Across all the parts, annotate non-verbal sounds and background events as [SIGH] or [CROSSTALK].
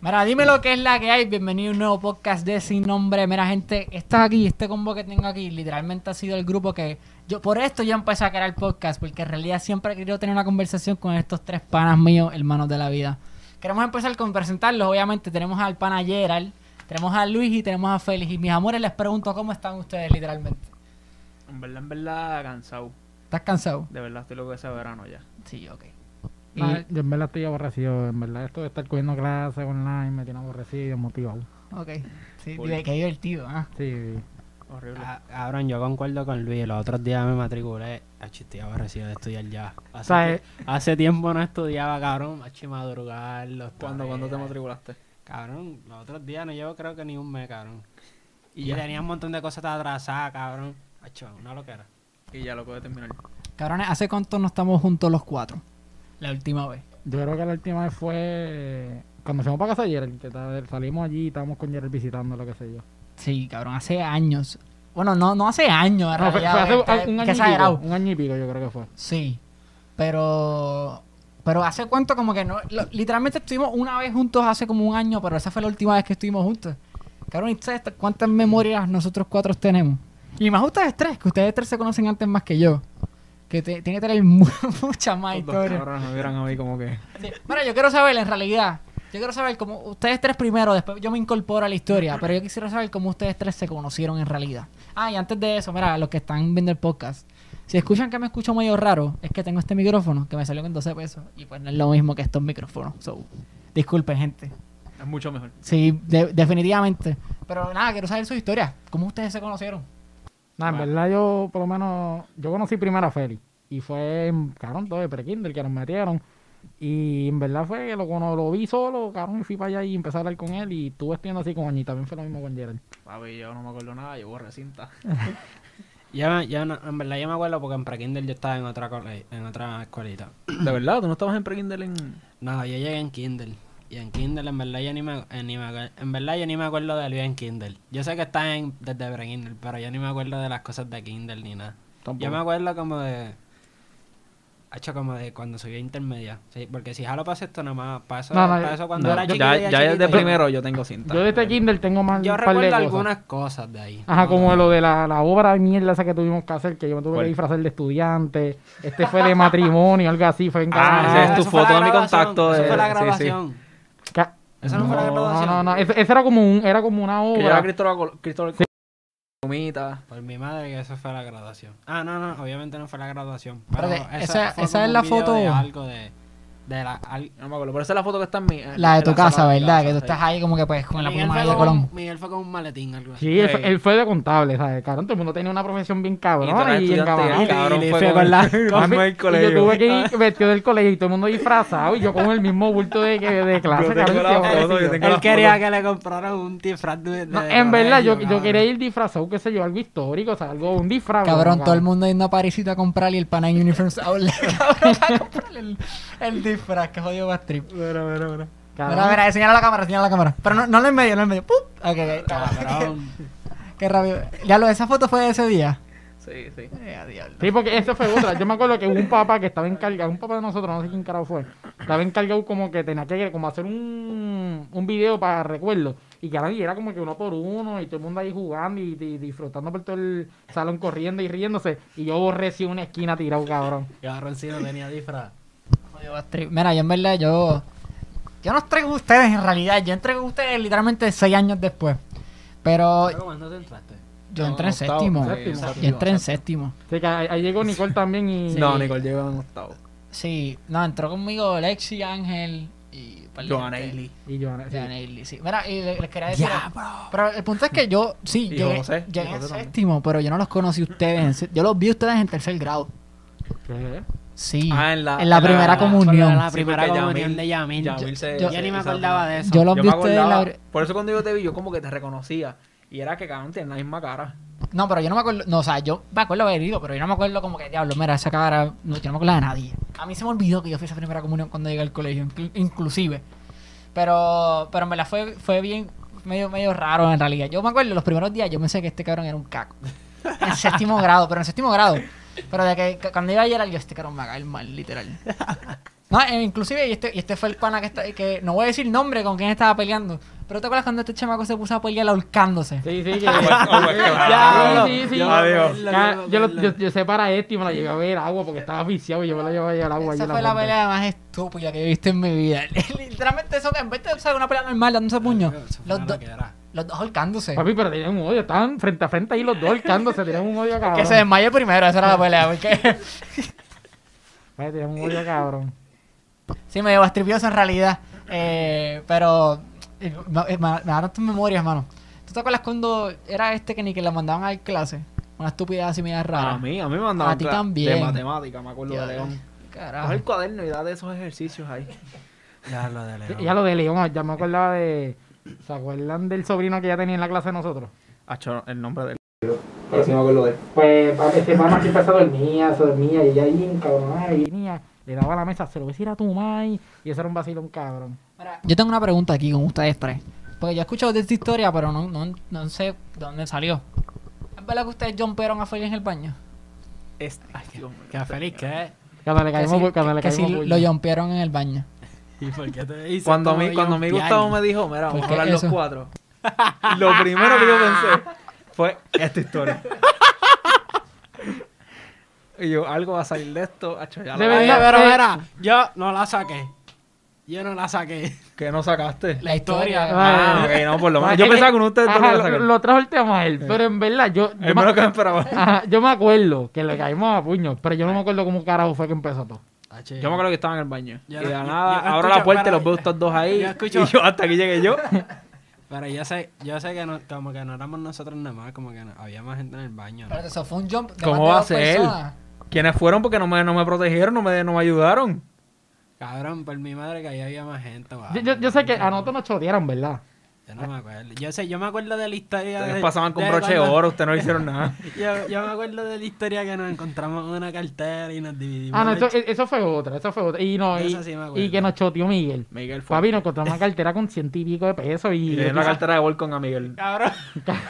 Mira, dime lo que es la que hay. Bienvenido a un nuevo podcast de Sin Nombre. Mira, gente, está aquí, este combo que tengo aquí, literalmente ha sido el grupo que. yo Por esto yo empecé a crear el podcast, porque en realidad siempre he querido tener una conversación con estos tres panas míos, hermanos de la vida. Queremos empezar con presentarlos. Obviamente, tenemos al pana Gerald, tenemos a Luis y tenemos a Félix. Y mis amores, les pregunto cómo están ustedes, literalmente. En verdad, en verdad, cansado. ¿Estás cansado? De verdad, estoy loco de ese verano ya. Sí, ok. Y Vale. yo en verdad estoy aborrecido, en verdad esto de estar cogiendo clases online me tiene aborrecido, motivado. Ok. Sí, Cool. qué divertido, ¿ah? Sí, Horrible. Ah, Cabrón, yo concuerdo con Luis. Los otros días me matriculé. Achi, estoy aborrecido de estudiar ya. Hace, ¿Sabes? ti- hace tiempo no estudiaba, cabrón. Achi, madrugar. Los ¿Cuándo, cuándo te tareas. matriculaste? Cabrón, los otros días no llevo creo que ni un mes, cabrón. Y yo tenía un montón de cosas atrasadas, cabrón. Acho, una loquera. Y ya lo puedo terminar. Cabrones, ¿hace cuánto no estamos juntos los cuatro? La última vez. yo creo que la última vez fue cuando fuimos para casa de Gerald, que ta- salimos allí y estábamos con Gerald visitando, lo que sé yo. Sí, cabrón, hace años. Bueno, no, no hace años, en No, fue, realidad, fue hace este, un- que un año y pico, exagerado. un año y pico yo creo que fue. Sí, pero... Pero hace cuánto como que no... lo- literalmente estuvimos una vez juntos hace como un año, pero esa fue la última vez que estuvimos juntos. Cabrón, ¿y ustedes t- cuántas memorias nosotros cuatro tenemos? Y más ustedes tres, que ustedes tres se conocen antes más que yo. Que te- tiene que tener [LAUGHS] mu- mucha más Los dos historia. cabrones me vieron a mí como que... Sí. Bueno, yo quiero saber en realidad. Yo quiero saber cómo ustedes tres primero, después yo me incorporo a la historia, pero yo quisiera saber cómo ustedes tres se conocieron en realidad. Ah, y antes de eso, mira, los que están viendo el podcast, si escuchan que me escucho medio raro, es que tengo este micrófono que me salió con 12 pesos y pues no es lo mismo que estos micrófonos. So, disculpen, gente. Es mucho mejor. Sí, de- definitivamente. Pero nada, quiero saber su historia. ¿Cómo ustedes se conocieron? Nada, en Bueno. verdad yo por lo menos, yo conocí primero a Félix y fue, en, cabrón, todo de prekinder que nos metieron. Y en verdad fue que lo, cuando lo vi solo, cabrón, y fui para allá y empecé a hablar con él y estuve estudiando así con Añi, también fue lo mismo con Gerald. Papi, yo no me acuerdo nada, yo borré cinta. Yo, me- yo no- en verdad yo me acuerdo porque en prekinder yo estaba en otra, cole- en otra escuelita. [COUGHS] ¿De verdad? ¿Tú no estabas en pre-Kindle en...? No, yo llegué en Kindle. Y en Kindle, en verdad, yo ni me, eh, ni me acuer- en verdad, yo ni me acuerdo de Luis en Kindle. Yo sé que está en, desde pre-Kindle, pero yo ni me acuerdo de las cosas de Kindle ni nada. Yo me acuerdo como de... Hecho como de cuando subí a intermedia. Sí, porque si jalo pasa esto, nomás pasa, No, no, pasa eso cuando no, era yo- chiquito. Ya, era ya desde chiquito, yo- primero yo tengo cinta. Yo desde Kindle tengo más Yo un par de recuerdo cosas. algunas cosas de ahí. Ah, Ajá, No como tanto. lo de la, la obra de mierda esa que tuvimos que hacer, que yo me tuve ¿Cuál? que disfrazar de estudiante. Este fue de matrimonio, algo así, fue en Ah, Canadá. ese es tu eso fue la foto de mi grabación, contacto Eso de- fue la sí, sí. grabación. Ca- Eso no fue la graduación. No, no, no, eso, eso era, como un, era como una Que lleva obra. Cristóbal... Col- Cristóbal... Colón, Gomita. Por mi madre que eso fue la graduación. Ah, no, no, obviamente no fue la graduación. Pero Pero que esa- esa, esa fue como es un la video foto- de algo de, de la, al- No me acuerdo, pero esa es la foto que está en mi... en- La de en tu sala casa, de mi ¿verdad? casa, Que tú sí. estás ahí como que pues con la Miguel, puta fue madre de con- Colón. Miguel fue con un maletín, algo así. Sí, él, fue- Ey. él fue de contable, ¿sabes? Cabrón, todo el mundo tenía una profesión bien cabrona y, Y tú bien eras estudiante, cabrón. el cabrón Y fue fui con, con la- con Papi, el y colegio. yo tuve que ir vestido del colegio y todo el mundo disfrazado y yo con el mismo bulto de, que- de clase, Yo tengo cabrón, la estoy foto, yo aborrecido. tengo- Él quería que le compraran un disfraz de, de No, en colegio, verdad, yo, yo cabrón. quería ir disfrazado, qué sé yo, algo histórico, o sea, algo, un disfraz. Cabrón, Ah, bueno, todo el mundo yendo a Parisito a comprar y el pana en [LAUGHS] Uniforms Outlet, cabrón, a comprar el, el disfraz, que jodido va trip. Mira, mira, mira. cabrón. Mira, mira, señala la cámara, señala la cámara. Pero no, no lo en medio, no en medio. ¡Pup! Ok, qué, Cabrón. [LAUGHS] qué rápido. Ya lo, esa foto fue de ese día. Sí, sí. Eh, a diablo. Sí, porque esa fue otra. Yo me acuerdo que hubo un papá que estaba encargado, un papá de nosotros, no sé quién carajo fue, estaba encargado como que tenía que como hacer un, un video para recuerdo. Y que y era como que uno por uno, y todo el mundo ahí jugando y, y disfrutando por todo el salón corriendo y riéndose. Y yo borré sí una esquina tirado, cabrón. Cabrón, sí, no tenía disfraz. Jodido bad trip. Mira, yo en verdad, yo. Yo no entrego a ustedes en realidad. Yo entrego a ustedes literalmente seis años después. Pero Pero, ¿Cuándo te entraste? yo No, entré en octavo, séptimo. sí, Séptimo. Yo entré en exacto. séptimo. Así que ahí, ahí llegó Nicole también y. No, Nicole llegó en octavo. Sí, no, entró conmigo Lexi, Ángel y. Johanna Ailey. Y yo, sí. Ya, Nelly, sí. Mira, y le- les quería decir. Pero el punto es que yo, sí, Y llegué, José, y llegué José en también. séptimo, pero yo no los conocí a ustedes. en se- Yo los vi a ustedes en tercer grado. ¿Qué? Sí. Ah, en la- en la- primera en la- comunión. en la- Sí, primera porque comunión de Yamil. Yamil se- Yo se- ni me se- acordaba de eso. yo los Yo vi me a ustedes en la. acordaba, pri- por eso cuando yo te vi, yo como que te reconocía. Y era que cabrón tiene la misma cara. No, pero yo no me acuerdo. No, o sea, yo me acuerdo haber ido, pero yo no me acuerdo como que diablo, mira, esa cara. No, yo no me acuerdo de nadie. A mí se me olvidó que yo fui a esa primera comunión cuando llegué al colegio, inclu- inclusive. Pero, pero me la fue, fue bien, medio, medio raro en realidad. Yo me acuerdo, los primeros días yo pensé que este cabrón era un caco. En séptimo grado, pero en séptimo grado. Pero de que, que cuando iba a Gerald, yo este cabrón me va a caer mal, literal. No, eh, inclusive, y este, y este fue el pana que, está- que no voy a decir nombre con quién estaba peleando, pero te acuerdas cuando este chamaco se puso a pelear ahorcándose. Sí, sí, que. Ya, Sí, sí, sí. ya, adiós. Ya, yo, lo- yo, yo separé esto y me la llevé a ver agua porque estaba viciado y yo me la llevé a ver agua. allí Esa en la fue la fuente. pelea más estúpida que he visto en mi vida. [LAUGHS] Literalmente eso, que en vez de usar una pelea normal dándose puño, Eso fue los, una dos- loquera. los dos ahorcándose. Papi, pero tenían un odio. Estaban frente a frente ahí los dos horcándose. Tenían [LAUGHS] un odio cabrón. Que se desmaye primero, esa era la pelea. Porque [LAUGHS] Papi, tenían un odio cabrón. sí, me llevó estripioso en realidad. Eh, pero eh, me, me- me dan tus memorias, mano. ¿Tú te acuerdas cuando era este que ni que la mandaban a dar clase? Una estupidez así media rara. A mí, a mí me mandaban Ah. A ti tra- también. de matemática, me acuerdo de León. Coge Carajo. el cuaderno y da de esos ejercicios ahí. Ya lo de Ya lo de León, ya me acordaba de. ¿Se acuerdan del sobrino que ya tenía en la clase de nosotros? Acho, el nombre de él. Pero sí me acuerdo de él. Pues papi, este ese mamá siempre se dormía, se dormía y ella ahí encabronada y venía, le daba a la mesa, se lo decía a tu mai y eso era un vacilón cabrón. Yo tengo una pregunta aquí con ustedes tres. Porque yo he escuchado de esta historia, pero no, no, no sé dónde salió. ¿Es verdad que ustedes jumpearon a Feli en el baño? Este. Ay, Dios mío. Qué feliz que es. Cuando le que caímos, sí, por- cuando le que sí caímos. por- lo jumpearon en el baño. ¿Y por qué te dices Cuando, todo mi, de cuando mi John Gustavo Piani? me dijo, mira, vamos ¿Por a qué hablar eso? los cuatro. Lo primero que yo pensé fue esta historia. Y yo, algo va a salir de esto. Acho, ya lo- De Oye, verdad, pero eh. mira, yo no la saqué. Yo no la saqué. ¿Qué no sacaste? La historia. Ah, Ah, ok, no, [LAUGHS] por lo menos. Yo Eh, pensaba eh, que uno de ustedes dos lo ajá, iba a lo, sacar. lo trajo el tema a él, pero en verdad yo, yo, El me, menos que me esperaba. [LAUGHS] ajá, yo me acuerdo que le caímos a puños, pero yo no me acuerdo cómo carajo fue que empezó todo. Tache. Yo me acuerdo que estaba en el baño. Yo y no- de la yo- nada, yo abro escucho- la puerta y los pero- veo estos dos ahí. yo escucho- Y yo, hasta aquí llegué yo. Pero yo sé, yo sé que no, como que no éramos nosotros nada más, como que no- había más gente en el baño. ¿no? Espérate, eso fue un jump. De más ¿Cómo de va a dos ser? personas. ¿Quiénes fueron? Porque no me, no me protegieron, no me, no me ayudaron. Cabrón, por mi madre que ahí había más gente. Yo, vale. yo, yo sé que ah, a nosotros nos chotearon, ¿verdad? Yo no me acuerdo. Yo sé, yo me acuerdo de la historia. Ustedes de- pasaban con de broche de cuando- oro, ustedes no hicieron nada. [LAUGHS] Yo, yo me acuerdo de la historia que nos encontramos una cartera y nos dividimos. Ah, no, la eso, eso fue otra, eso fue otra. Y, no, De y, esa sí me acuerdo. y que nos choteó Miguel. Miguel fue. Papi, nos encontramos una cartera con ciento y pico de pesos y... Y le dieron la cartera de Volcón a Miguel. [LAUGHS] Cabrón.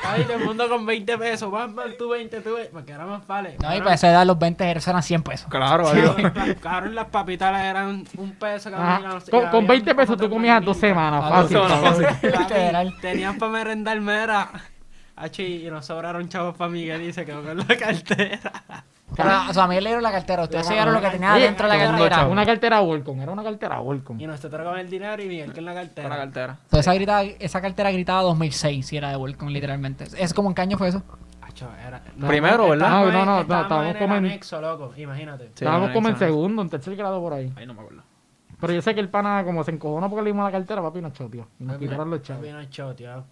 Ahí todo el mundo con 20 pesos. Bam, bam, tú 20, tú 20. Porque éramos pales. No, y Cabrón, para esa edad los 20 eran 100 pesos. Claro, adiós. [LAUGHS] cabrón, las- Cabrón, las papitas eran un peso. cabrón, y Ajá. las- y Con, con habían 20 pesos como tú comías tres dos semanas, Ah, fácil. dos semanas, cabrón. Papi, Literal. Tenían para merendar mera. Achi, y nos sobraron chavos para Miguel y se quedó con la cartera. Pero, o sea, a mí le dieron la cartera. Ustedes se llevaron lo que tenía Oye, dentro de la con- cartera. Una cartera Volcom, era una cartera Volcom. Y nosotros con el dinero y Miguel con la cartera. Con la cartera. Entonces, esa, grita- esa cartera gritaba 2006 y era de Volcom, literalmente. Es como en caño fue eso. Acho, era... Primero, estábamos ¿verdad? No, no, no, no, estábamos estábamos en el como en- anexo, loco, imagínate. Sí, Estábamos no, como en eso no. segundo, en tercer grado por ahí. Ay, no me acuerdo. Pero yo sé que el pana, como se encojonó porque le dimos la cartera, papi, nos choteó. Y nos Papi, quitaron los papi, chavos. nos choteó.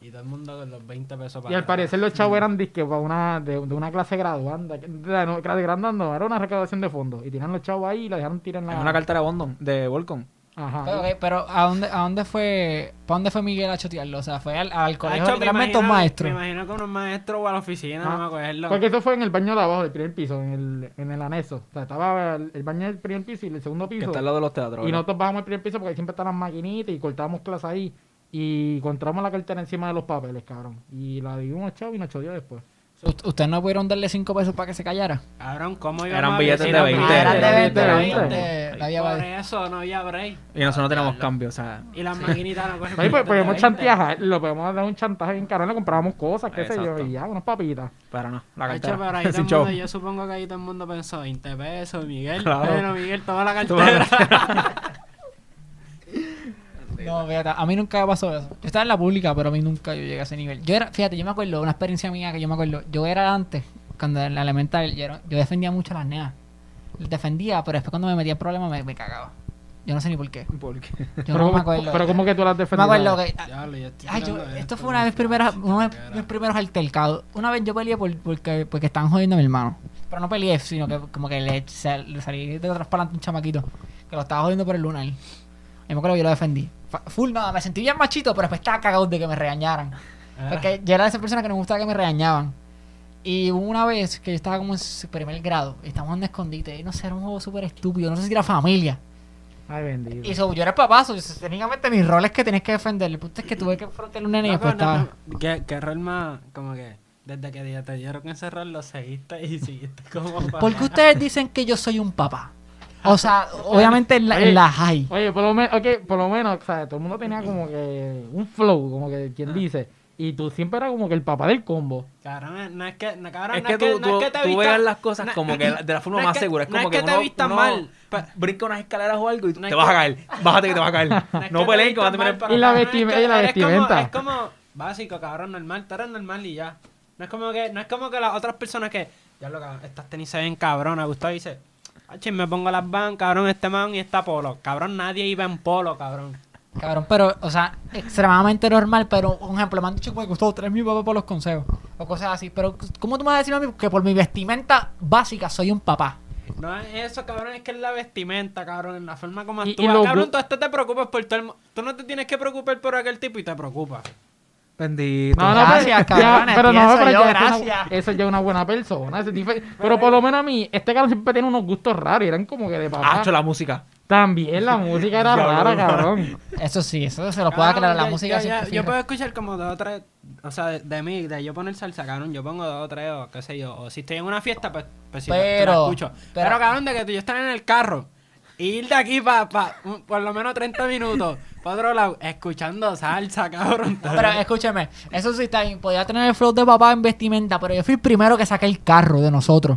Y todo el mundo con los 20 pesos para Y al atrás. parecer los chavos eran disque para una, de, de una clase graduanda. que- De, no, clase graduanda, era una recaudación de fondos. Y tiraron los chavos ahí y la dejaron tirar en la. Es una cartera Bondon, de Volcón. Ajá. Pero, Ah, ok, pero ¿a dónde, a dónde fue ¿pa' dónde fue Miguel a chotearlo? O sea, fue al, al colegio, Acho, Ah, me literalmente, un imagino- maestro. Me imagino que unos maestros o a la oficina, Ah, no me acuerdo. Porque eso fue en el baño de abajo del primer piso, en el, en el anexo. O sea, estaba el, el baño del primer piso y el segundo Que piso. está al lado de los teatros. Y ¿verdad? nosotros bajamos al primer piso porque ahí siempre están las maquinitas y cortábamos clase ahí. Y encontramos la cartera encima de los papeles, cabrón. Y la dimos al chavo y nos [LAUGHS] chodió después. U- ¿Ustedes no pudieron darle 5 pesos para que se callara? Cabrón, ¿cómo íbamos Eran a billetes decir a de 20, Miguel? Ah, era eran de 20, de eran 20. de- la había- Por eso no había break. Y nosotros no tenemos cambio, o sea. Y las maquinitas no cogen Ahí pues, billetes de podemos 20. chantajear, lo podemos dar un chantaje bien caro, le comprábamos cosas, qué sé Exacto. yo, y ya, unas papitas. Pero no, la Acho, pero ahí cartera. todo el [LAUGHS] Sin show. mundo, yo supongo que ahí todo el mundo pensó 20 pesos, Miguel. Claro. Bueno, Miguel, toma la Toma la cartera. No, fíjate, a mí nunca me pasó eso. Yo estaba en la pública, pero a mí nunca yo llegué a ese nivel. Yo era, fíjate, yo me acuerdo, una experiencia mía que yo me acuerdo. Yo era antes, cuando en la elemental, yo, era- yo defendía mucho a las neas. Las defendía, pero después cuando me metía en problemas me, me cagaba. Yo no sé ni por qué. ¿Por qué? Yo pero, no me como- acuerdo. pero como que tú las me defendías. acuerdo que. [LAUGHS] ah, Diablo, yo estoy Ay, yo- tirando esto esto, fue una de mis muchacho, primeras, uno de chiquera. mis primeros altercados. Una vez yo peleé por, porque, porque estaban jodiendo a mi hermano. Pero no peleé, sino que como que le, sal- le salí de atrás para adelante un chamaquito que lo estaba jodiendo por el lunar. Y me acuerdo que yo lo defendí. Fa- Full nada, me sentí bien machito, pero después estaba cagado de que me regañaran. Ah. Eh. Porque yo era de esas personas que no me gustaba que me regañaban. Y hubo una vez que yo estaba como en su primer grado, y estábamos en escondite, y no sé, era un juego súper estúpido, no sé si era familia. Ay, bendito. Y so, yo era el papazo, yo- técnicamente mis roles que tenés que defender. El punto es que tuve que enfrentar a un nene y No, después no, estaba. no. ¿Qué, qué rol más, como que, desde que [LAUGHS] te- te dieron ese rol, lo seguiste y seguiste como papá? Porque ustedes dicen que yo soy un papá. O [LAUGHS] sea, obviamente en la, en la high. Oye, por lo menos, ok, por lo menos, o sea, todo el mundo tenía como que un flow, como que quien dice. Y tú siempre eras como que el papá del combo. Cabrón, no es que, no, cabrón, Es no que tú, no tú, es que te tú vistas- veas las cosas no- [CLEARS THROAT] como que la- de la forma no es más que- segura. Es no como es que te uno- vistas uno mal, pa- Brinca unas escaleras o algo y No es te vas que- a caer. Bájate que te vas a caer. [LAUGHS] es No te peleen que vas a vistas terminar mal, Y la cabrón, vestim- es que y la eres como- vestimenta. Es como, básico, cabrón, normal. Tú eres normal y ya. No es como que, no es como que las otras personas que, ya lo cabrón, estas tenis se ven cabrón. A Gustavo dice, ah, chis, me pongo las van, cabrón, este man y esta polo. Cabrón, nadie iba en polo, cabrón. Cabrón, pero, o sea, extremadamente normal, pero un ejemplo, me han dicho que me costó 3 mil papás por los consejos o cosas así. Pero, ¿cómo tú me vas a decir a mí que por mi vestimenta básica soy un papá? No es eso, cabrón, es que es la vestimenta, cabrón, en la forma como Y- y actúas. los cabrón, gu- tú hasta te preocupas por todo el mu- Tú no te tienes que preocupar por aquel tipo y te preocupas. Bendito. No, no, Gracias, pero- ya, cabrones, pero no, pienso pero yo, ya, eso es una- gracias. Eso ya es una buena persona. ese tipo- pero por lo menos a mí, este cabrón siempre tiene unos gustos raros. y Eran como que de papá. Hacho la música. También la música era Diablo, rara, no. cabrón. Eso sí, eso se lo puedo aclarar. La Ah, Yo- música yo, siempre yo- fija. yo puedo escuchar como dos o tres, o sea, de, de mí, de yo poner salsa, cabrón, yo pongo dos o tres, o qué sé yo, o si estoy en una fiesta, pues, pues sí, la- te la Pero- escucho. Pero, pero- cabrón, de que tú y yo están en el carro, y ir de aquí para por lo menos 30 minutos, [LAUGHS] para otro lado, escuchando salsa, cabrón. No, Pero escúcheme, eso sí está bien. Podía tener el flow de papá en vestimenta, pero yo fui el primero que saqué el carro de nosotros.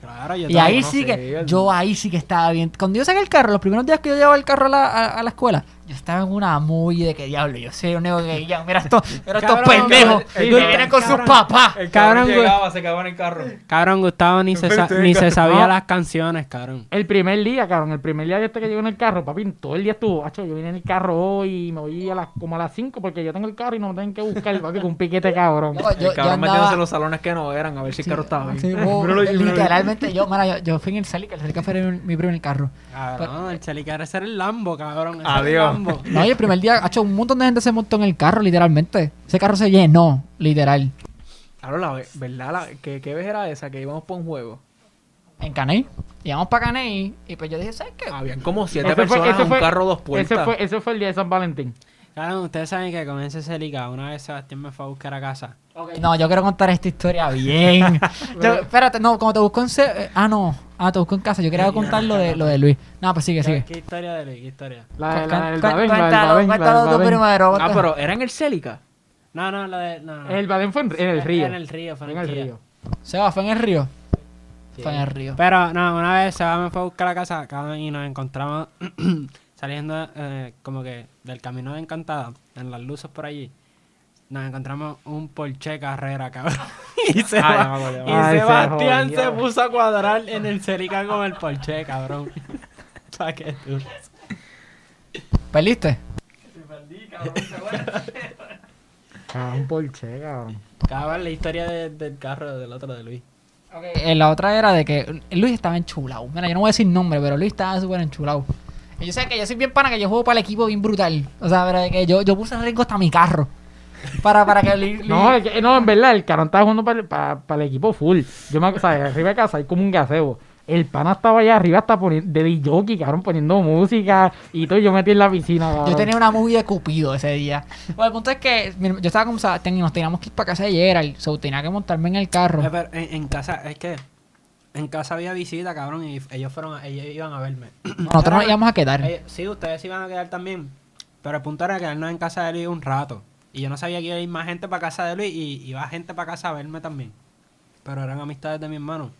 Claro, yo Y te- ahí no sí sé, que, el- yo ahí sí que estaba bien. Cuando yo saqué el carro, los primeros días que yo llevaba el carro a la, a- a la escuela, yo estaba en una muy de que diablo, yo soy el único que ya, mira [LAUGHS] esto, mira estos Cabrón, pendejos, cabrón, que el vienen cabrón, con sus cabrón. papás. El Cabrón, cabrón güey. llegaba, se cagaba en el carro. Cabrón, Gustavo ni se, Pero sa- estoy en ni se carro. sabía No. las canciones, cabrón. El primer día, cabrón, el primer día que este que llegó en el carro, papi, todo el día estuvo, hacho, yo vine en el carro hoy y me voy a las, como a las 5 porque yo tengo el carro y no me tienen que buscar, [LAUGHS] papi, con un piquete, cabrón. Yo- yo el cabrón andaba- metiéndose en los salones que no eran a ver si el carro estaba bien. Sí, bo- Míralo ahí, míralo ahí. literalmente yo, mira, yo, yo fui en el Celica, el Celica fue mi, mi primer carro. Cabrón, el Chelica era ser el Lambo, cabrón. ese era el Adiós. Lambo. No, y el primer día, hecho un montón de gente se montó en el carro, literalmente. Ese carro se llenó, literal. Claro, la ve- verdad, la, ¿qué, ¿qué vez era esa que íbamos por un juego? En Caney. Llegamos para Caney y pues yo dije, ¿sabes qué? Habían como siete Ese fue- personas ese en fue- un carro dos Ese puertas. fue, ese fue el día de San Valentín. Cabrón, ustedes saben que con ese Celica, una vez Sebastián me fue a buscar a casa. No, yo quiero contar esta historia [LAUGHS] bien. Yo- espérate, no, como te busco en... se- eh, Ah, no. Ah, te busco en casa. Yo quería contar lo de, lo de Luis. No, pues sigue, sigue. ¿Qué, qué historia de Luis? ¿Qué historia? La, de- la Cu- del cu- Badén, la del cuéntalo, Badén, la del cuéntalo tú Badén. primero. Ah, cuéntalo. pero ¿era en el Celica? No, no, lo de. No, no. El Badén fue en, en el Eh, río. En el río, fue Fue en el río. Seba, ¿fue en el río? Fue en el río. Pero no, una vez Seba me fue a buscar a casa cabrón, y nos encontramos [CLEARS THROAT] saliendo eh, como que del camino de Encantada, en las luces por allí. Nos encontramos un Porsche carrera, cabrón. [LAUGHS] Y, Seba- ya me acuerdo, ya y me acuerdo. Ay, se Sebastián se, jodió. puso a cuadrar en el Celica con el Porsche, cabrón. [LAUGHS] Pa' que tú- ¿Perdiste? Cabrón, Ah, Porsche, [LAUGHS] cabrón. Cabrón, la historia de- del carro del otro de Luis. Eh, la otra era de que Luis estaba enchulado. Mira, yo no voy a decir nombre, pero Luis estaba súper enchulado. Y yo sé que yo soy bien pana, que yo juego para el equipo bien brutal. O sea, pero de que yo, yo puse en riesgo hasta mi carro. Para, para que Luis... [LAUGHS] No, Luis- es que- no, en verdad, el cabrón estaba jugando para el, pa- pa el equipo full. Yo me acuerdo, arriba de casa hay como un gaseo. El pana estaba allá arriba hasta poniendo, de DJ jockey, cabrón, poniendo música y todo. y Yo metí en la piscina, cabrón. Yo tenía una movie de Cupido ese día. Bueno, el punto es que mira, yo estaba como, o sea, ten- nos teníamos que ir para casa de Gerald, so, tenía que montarme en el carro. Eh, pero en, en casa, es que en casa había visita, cabrón, y ellos fueron, a- ellos iban a verme. [CLEARS THROAT] Nosotros nos íbamos a quedar. Ellos- Eh, sí, ustedes se iban a quedar también, pero el punto era quedarnos en casa de Luis un rato. Y yo no sabía que iba a ir más gente para casa de Luis y iba gente para casa a verme también. Pero eran amistades de mi hermano.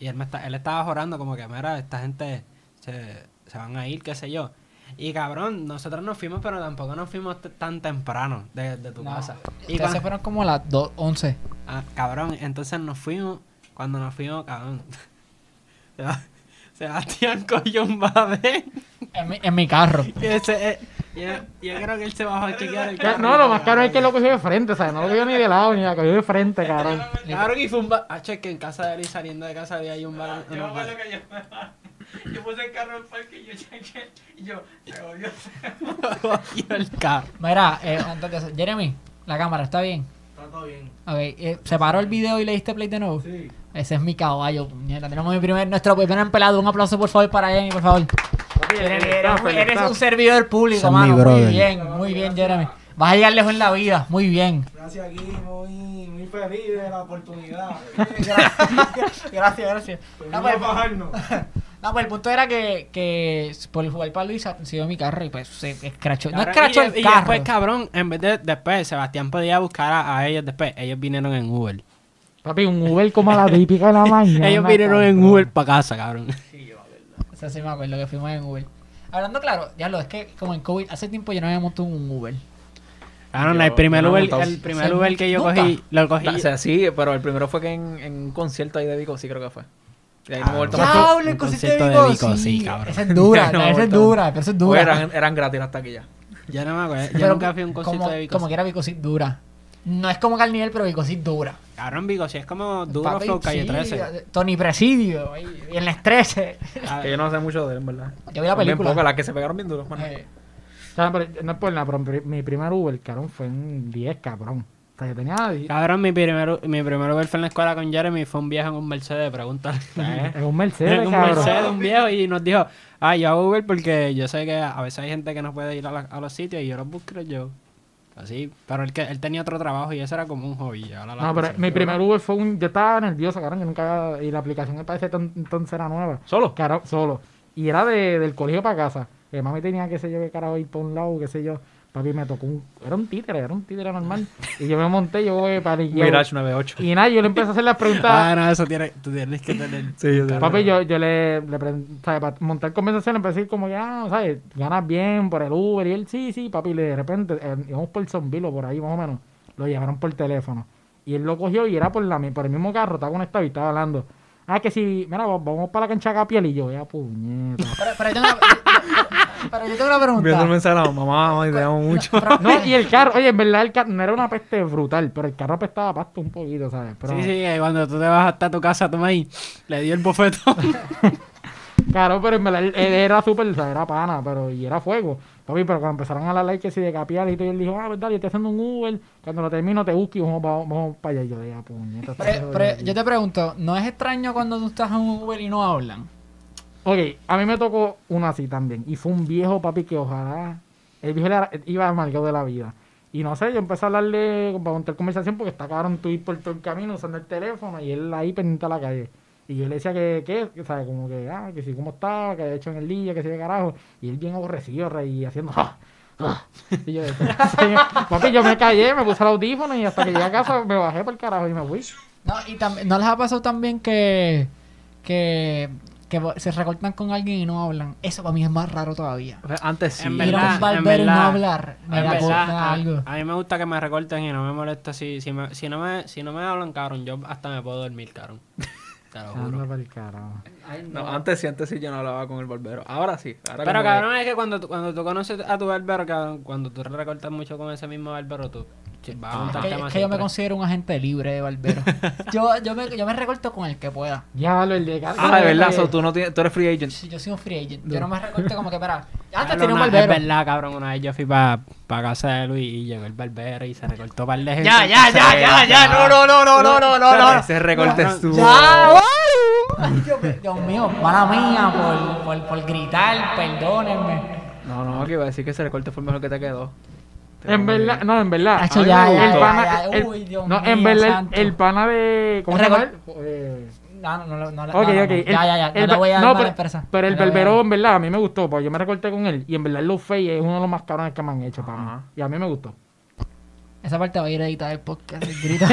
Y él, me esta- él estaba jorando como que, mira, esta gente se, se van a ir, qué sé yo. Y cabrón, nosotros nos fuimos, pero tampoco nos fuimos t- tan temprano de, de tu No. casa. Y Ustedes cuan- se fueron como a las 2, 11. Ah, cabrón, entonces nos fuimos. Cuando nos fuimos, cabrón. [LAUGHS] Seb- Sebastián cogió un babé. En mi, en mi carro. Y ese, eh, yo, yo creo que él se bajó a chequear el Ya, carro. No, lo más caro es que lo cogió de frente, o sea, no lo cogió ni de lado ni la cogió de frente, cabrón. Cabrón, y fue un babé. Ah, che, que en casa de él y saliendo de casa había ahí un babé. Yo me acuerdo que yo me yo puse el carro en parque y yo chequé y yo, se jodió. [LAUGHS] Cogió el carro. Mira, eh, antes de eso, Jeremy, la cámara, ¿está bien? Está todo bien. Ok, eh, ¿se paró el video y le diste play de nuevo? Sí. Ese es mi caballo, puñeta. Tenemos mi primer, nuestro primer empleado. Un aplauso, por favor, para Jeremy, por favor. Eres, eres- eres un servidor público, Son mano. mi brother. Muy bien, muy bien, Jeremy. Vas a llegar lejos en la vida. Muy bien. Gracias aquí, muy, muy feliz de la oportunidad. gracias, gracias. No, Venimos pues, a bajarnos. [LAUGHS] No, pues el punto era que, que por jugar para Luis dio mi carro y pues se escrachó. No Cabrón, escrachó y- el y pues, carro. después, cabrón, en vez de después, Sebastián podía buscar a, a ellos después. Ellos vinieron en Uber. Papi, un Uber como a la típica de la mañana. [LAUGHS] ellos vinieron en cabrón. Uber para casa, cabrón. O sea, sí me acuerdo que fuimos en Uber. Hablando claro, ya lo es que como en COVID, hace tiempo yo no había montado un Uber. Cabrón, Yo- el primer yo no he Uber, montado. el primer Se- Uber que yo nunca. cogí, lo cogí. O sea, sí, pero el primero fue que en, en un concierto ahí de Vico, sí creo que fue. Y ahí no me he vuelto Ya, más. ¡Diablo! un El concierto concierto de de Vico, Vico, sí. sí, cabrón. Esa es dura, [LAUGHS] No, cabrón, esa es todo. dura, pero esa es Porque dura. eran, eran gratis hasta aquí ya. yo no me acuerdo. Yo Pero nunca fui a un concierto como, de Vico. Como que era Vico sí dura. No es como que al nivel, pero Vico sí dura. Cabrón, Vico, si es como duro Papi, flow calle sí, 13. Tony Presidio, ahí, y en las 13. Ah, Que yo no sé mucho de él, en verdad. Yo vi la Son bien película. pocas las que se pegaron bien duros, mano. Eh, O sea, pero- no es por nada, pero mi- mi primer Uber, cabrón, fue en 10, cabrón. O sea, yo tenía... Cabrón, mi primer, mi primer Uber fue en la escuela con Jeremy y fue un viejo en un Mercedes, [LAUGHS] pregúntale. En un en Mercedes, un cabrón. Mercedes, un viejo, y nos dijo, ah, yo hago Uber porque yo sé que a veces hay gente que no puede ir a, la- a los sitios y yo los busco yo. Así, pero él, que, él tenía otro trabajo y eso era como un hobby. ahora la No, pero cosa. mi primer Uber fue un... Yo estaba nervioso, cabrón, yo nunca... había- Y la aplicación me parece ton- entonces era nueva. ¿Solo? Caro- solo. Y era de, del colegio para casa. Que mami tenía, qué sé yo, que carajo ir por un lado, qué sé yo. Papi me tocó un... Era un títere, era un títere normal. Y yo me monté, yo voy para el... Mirage 98. Y nada, yo le empecé a hacer las preguntas... [LAUGHS] Ah, no, eso tiene, tú tienes que tener... Sí, yo sé. Papi, yo, yo le, le pregunté, ¿sabes? Para montar conversación, empecé a decir como, ya, ¿sabes? Ganas bien por el Uber. Y él, sí, sí, papi. Y de repente, eh, íbamos por Zombilo, por ahí más o menos. Lo llevaron por teléfono. Y él lo cogió y era por, la, mi- por el mismo carro, estaba conectado y estaba hablando. Ah, que si, mira, va- vamos para la cancha de piel. Y yo, ya, puñeta. pero, pero, yo tengo una, pero yo tengo una Enviando un pregunta. mensaje a la mamá, mamá, y te amo mucho. Pero- No, y el carro, oye, en verdad, el carro no era una peste brutal, pero el carro apestaba a pasto un poquito, ¿sabes? Pero, Sí, sí, que cuando tú te vas hasta tu casa, toma ahí, le dio el bofetón. Claro, pero en verdad él, él era súper, o sea, era pana, pero y era fuego. Papi, pero cuando empezaron a hablar que si de capial y todo, y él dijo, ah, verdad, yo estoy haciendo un Uber, cuando lo termino te busco y vamos, pa- vamos para allá. Y yo le puñeta. este Pero- jodido pero aquí". yo te pregunto, ¿no es extraño cuando tú estás en un Uber y no hablan? Ok, a mí me tocó uno así también. Y fue un viejo papi que ojalá. El viejo era- iba amargado de la vida. Y no sé, yo empecé a hablarle para contar conversación porque está cabrón tú ir por todo el camino usando el teléfono y él ahí pendiente a la calle. Y yo le decía que, ¿qué? Que, ¿Sabes? Como que, ah, que sí, ¿cómo estaba? Que había hecho en el día, que sí, de carajo. Y él bien aborrecido, re, y haciendo, "Ah, ah". [LAUGHS] Y yo, "Señor". papi, yo me callé, me puse el audífono y hasta que llegué a casa me bajé por el carajo y me fui. No, y tam- ¿no les ha pasado también que, que, que vo- se recortan con alguien y no hablan? Eso para mí es más raro todavía. O sea, Antes sí. En Ir a un verdad, en barbero y no verdad, hablar. [LAUGHS] [LAUGHS] en Me da verdad, ah, cosa, a, algo. a mí me gusta que me recorten y no me molesta si, si, me- si no, me, si no me hablan, cabrón. Yo hasta me puedo dormir, cabrón. Te [LAUGHS] lo Anda juro. para el carajo. No, antes sí, antes sí yo no hablaba con el barbero. Ahora sí. Ahora como Pero pues que- cabrón, es que cuando, tú- cuando tú conoces a tu barbero, cabrón, cuando tú recortas mucho con ese mismo barbero, tú ch- vas a Es juntarte que, es más que yo me siempre. considero un agente libre de [LAUGHS] barbero. yo, yo, me, yo me recorto con el que pueda. Ya, lo el de carga. Ah, de verdad, que- so, tú, no tienes, tú eres free agent. Si Yo soy un free agent. Yo no me recorto como que, espera, antes Cabrón, tenía Ah, un una- barbero. Es verdad, cabrón. Una vez yo fui para casa de Luis y llegó el barbero y se recortó par de gente. Ya, ya, ya, ya, ya. No, no, no, no, no, no, no. no. Ese recorte no, estuvo. ¡Ya! wow. Ay, Dios, mío, Dios mío, mala mía por, por, por gritar, perdónenme. No, no, que iba a decir que ese recorte fue el mejor que te quedó. Te En lo juro. verdad, no, en verdad. Hacho, A mí ya, me ya, gustó. ya, El ya, pana- ya. el- Uy, Dios No, en mío, verdad, santo. el, el pana de. ¿Cómo se Recor- llama? él? Eh, No, no, no, no, Ah, no, no, ok, no, ok. el- ya, ya, ya, el no le ba- voy a dar no, mala pero, empresa. pero el No le voy a dar- barbero, en verdad, a mí me gustó. Porque yo me recorté con él. Y en verdad, el low face es uno de los más cabrones que me han hecho para mí. Ajá. Y a mí me gustó. Esa parte va a ir a editar el podcast, el [LAUGHS] grito.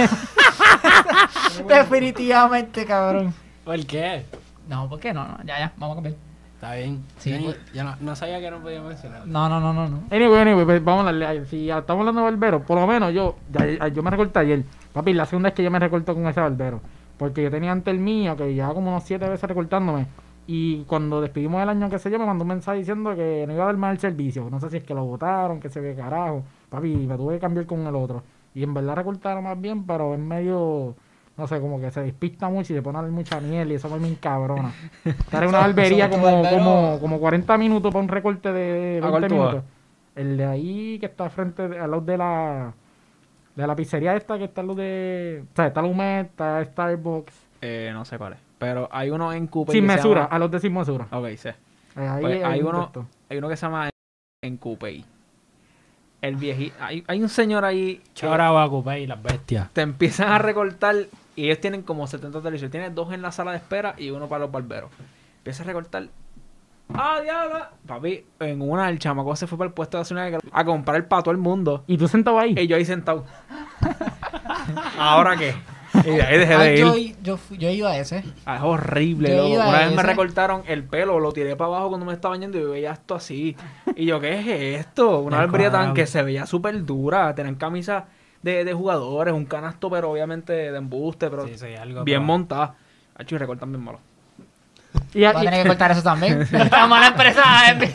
Definitivamente, cabrón. ¿Por qué? No, ¿por qué no? no ya, ya, vamos a cambiar. Está bien. Sí, Yo ni- pues- yo no, no sabía que no podía mencionarlo. No, no, no, no, no. Anyway, anyway, pues vamos a hablarle. a- Si ya estamos hablando de barbero, por lo menos yo, ya- yo me recorté ayer. Papi, la segunda es que yo me recorto con ese barbero. Porque yo tenía antes el mío, que llevaba como unos siete veces recortándome. Y cuando despedimos el año, que sé yo, me mandó un mensaje diciendo que no iba a dar más el servicio. No sé si es que lo votaron, que se ve carajo. Papi, me tuve que cambiar con el otro. Y en verdad recortaron más bien, pero es medio. No sé, como que se despista mucho y le pone a dar mucha miel y eso me encabrona. Estar en una Sobre- barbería sobre como, todo barbero- como, como 40 minutos para un recorte de ¿A 20 cuál tú vas? minutos. El de ahí que está frente de- al lado de la de la pizzería esta que está al lado de, o sea, está la Humet, está Starbucks, Eh, no sé cuál es. Pero hay uno en Cooper. sin que se mesura, llama- a los de sin mesura. Ok, sé. Eh, Ahí Pues hay, un uno, texto. hay uno que se llama En Coupey. El viejito. Hay, hay un señor ahí. que Chora o Acupé y las bestias. Te empiezan a recortar y ellos tienen como 70 televisores. Tienes dos en la sala de espera y uno para los barberos. empieza a recortar. ¡Ah, diablo! Papi, en una, el chamaco se fue para el puesto de hacer una a comprar para todo el mundo. Y tú sentado ahí. Y yo ahí sentado. [LAUGHS] ¿Ahora qué? Y de ahí dejé Ah, de ir. yo, yo, fui- yo he ido a ese. Ah, es horrible, Yo loco. iba a Una vez me esa. recortaron el pelo, lo tiré para abajo cuando me estaba bañando y veía esto así. Y yo, ¿qué es esto? Una Descuadrado. albrilla tan que se veía súper dura. Tenían camisas de, de jugadores, un canasto, pero obviamente de embuste, pero Sí, sí, algo. bien pero- montada. Hacho, y recortan bien malo. [LAUGHS] Y, Voy a tener que y- cortar eso también. [LAUGHS] Está mala empresa. eh.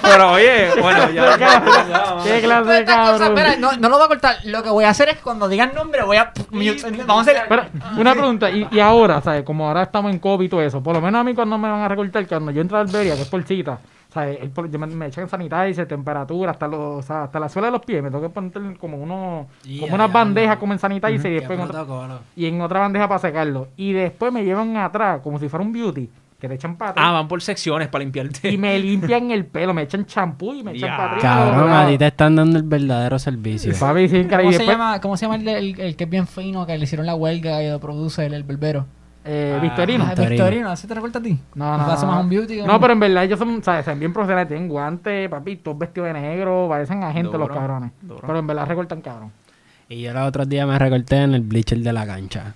Pero oye, [LAUGHS] bueno, ya. [LAUGHS] ¿Qué clase Pero de esta cosa, cabrón? espera, no, no lo voy a cortar. Lo que voy a hacer es cuando digan nombre, voy a. mute. vamos a hacer. Pero, una pregunta, y, y ahora, ¿sabes? Como ahora estamos en COVID y todo eso, por lo menos a mí cuando me van a recortar, cuando yo entro a alberia, que es por cita, ¿sabes? El por- yo me, me echan sanitizer, temperatura, hasta los, o sea, hasta la suela de los pies, me tengo que poner como unos, Y como unas allá, bandejas ¿no? como en sanitizer y Qué después en otra, protocolo. y en otra bandeja para secarlo. Y después me llevan atrás, como si fuera un beauty, que te echan para atrás. Ah, van por secciones para limpiarte. [LAUGHS] Y me limpian el pelo, me echan champú y me echan Ya. para atrás. Cabrón, a ti y te están dando el verdadero servicio. papi, sí, cara, y ¿Cómo se, después, llama, ¿Cómo se llama el, de- el- el que es bien fino, que le hicieron la huelga y lo produce el, el berbero? eh, Victorino. Ah, Victorino. Victorino, ¿así te recuerda a ti? No, ¿Te no. pasa no. más un beauty? o No, pero en verdad ellos son, ¿sabes? Son bien profesionales, tienen guantes, papi, todos vestidos de negro, parecen agentes Duro, los cabrones. duro. Pero en verdad recortan cabrón. [LAUGHS] Y yo los otros días me recorté en el bleacher de la cancha.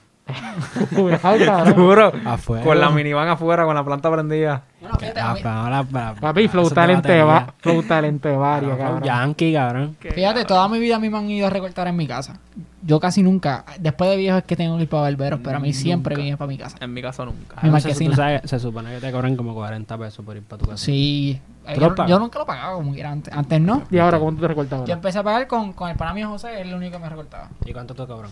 Cuidado, cabrón. Duro. Afuera. Con la minivan afuera, con la planta prendida. Bueno, fíjate, a Ah, mí- pues, pero ahora, para- Papi, eso flow te talente, batería. va, flow talente varia, cabrón. Yankee, cabrón. Fíjate, toda mi vida a mí me han ido a recortar en mi casa. Yo casi nunca. Después de viejo es que tengo que ir para barberos, pero a mí siempre viene para mi casa. Em, En mi caso nunca. Mi Ah, no sé si tú marquesina. sabes, se supone que te cobran como 40 pesos por ir para tu casa. Sí. Eh, ¿Tú lo Yo, pagas? yo nunca lo pagaba como quiera antes. Antes no. Y ahora, ¿cómo tú te recortas Yo ahora? empecé a pagar con, con el pana mío José, él es el único que me recortaba. ¿Y cuánto te cobran?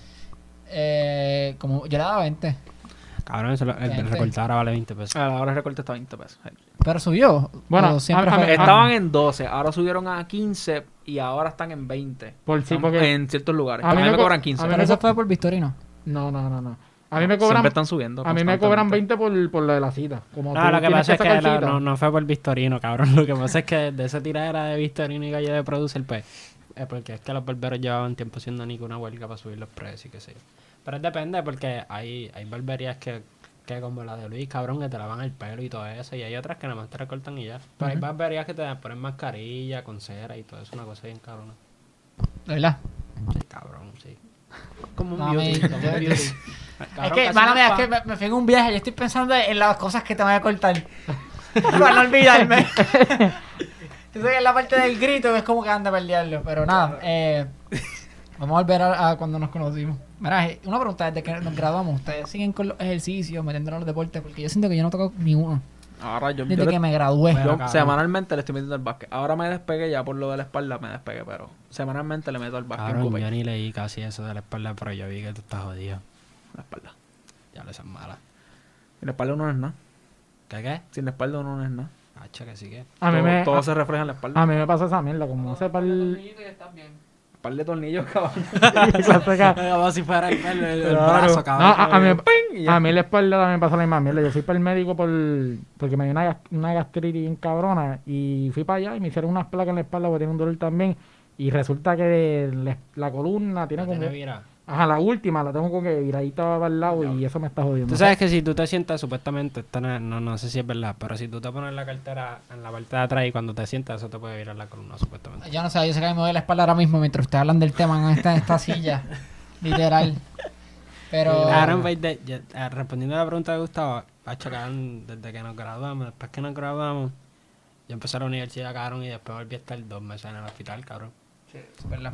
Eh, como yo le daba 20. Cabrón, eso lo- el Veinte. recortar ahora vale 20 pesos. A la hora de recorte está 20 pesos. Pero subió. Bueno, o siempre a- a- fue- Estaban en 12, ahora subieron a 15 y ahora están en 20. Por sí, porque. En ciertos lugares. A A mí mí me me co- cobran a 15. mí Pero eso fue por Victorino. No, no, no, no. A mí me Siempre cobran. están subiendo. A mí me cobran constantemente. 20 por, por lo de la cita. Como No, tú Ah, lo que tienes pasa es que sacar la- cita. no, no fue por Victorino, cabrón. [LAUGHS] Lo que pasa es que de esa tiradera de Victorino y Gallo de Producer, pues, eh, porque es que los barberos llevaban tiempo haciendo ninguna huelga para subir los precios y qué sé yo. Pero depende porque hay, hay barberías que, que como la de Luis, cabrón, que te lavan el pelo y todo eso. Y hay otras que nada más te recortan y ya. Pero hay barberías que te ponen mascarilla, con cera y todo eso. Una cosa bien cabrona. De verdad. Sí, Cabrón, sí. Como un No, beauty, me- como un beauty. Es Cabrón, que, casi mano, nos mira, es pa- que me, me fui en un viaje. Yo estoy pensando en las cosas que te voy a cortar. [LAUGHS] para no [LAUGHS] olvidarme. Yo sé que es la parte del grito que es como que anda a perderlo. Pero nada, eh, vamos a volver a, a cuando nos conocimos. Mira, eh, una pregunta desde que nos graduamos. ¿Ustedes siguen con los ejercicios, metiéndonos en los deportes? Porque yo siento que yo no toco ni uno. Ahora yo, yo Desde le- que me gradué. yo cabrón. semanalmente le estoy metiendo al básquet. Ahora me despegué ya por lo de la espalda, me despegué, pero semanalmente le meto al básquet en Cabrón, Coupey. yo ni leí casi eso de la espalda, pero yo vi que tú estás jodido. La espalda. Ya lo esas malas. Sin la espalda uno no es nada. ¿Qué qué? Sin la espalda uno no es nada. Hacha Ah, que sí que. A mí todo, me. todo se refleja en la espalda. A mí me pasa esa mierda, como hace para el. Un par de tornillos, [LAUGHS] cabrón. [LAUGHS] Como si fuera el, el, el Claro. brazo, No, ah, cabrón. a, a mí, ¡Ping! Y ya. a mí la espalda también me pasó la misma mierda. Yo fui para el médico por, porque me dio una, gas- una gastritis bien cabrona y fui para allá y me hicieron unas placas en la espalda porque tenía un dolor también. Y resulta que de la, la columna tiene No como... tiene vira. Ajá, la última la tengo como que viradita para el lado y eso me está jodiendo. Tú sabes que si tú te sientas, supuestamente, esto no, no, no sé si es verdad, pero si tú te pones la cartera en la parte de atrás y cuando te sientas, eso te puede virar la columna, supuestamente. Yo no sé, yo sé que me duele la espalda ahora mismo mientras ustedes hablan del tema en esta, en esta silla. Literal. Pero. Cabrón, pues, de- ya- eh, respondiendo a la pregunta de Gustavo, hacho, cabrón, desde que nos graduamos, después que nos graduamos, yo empecé a la universidad, cabrón, y después volví a estar dos meses en el hospital, cabrón.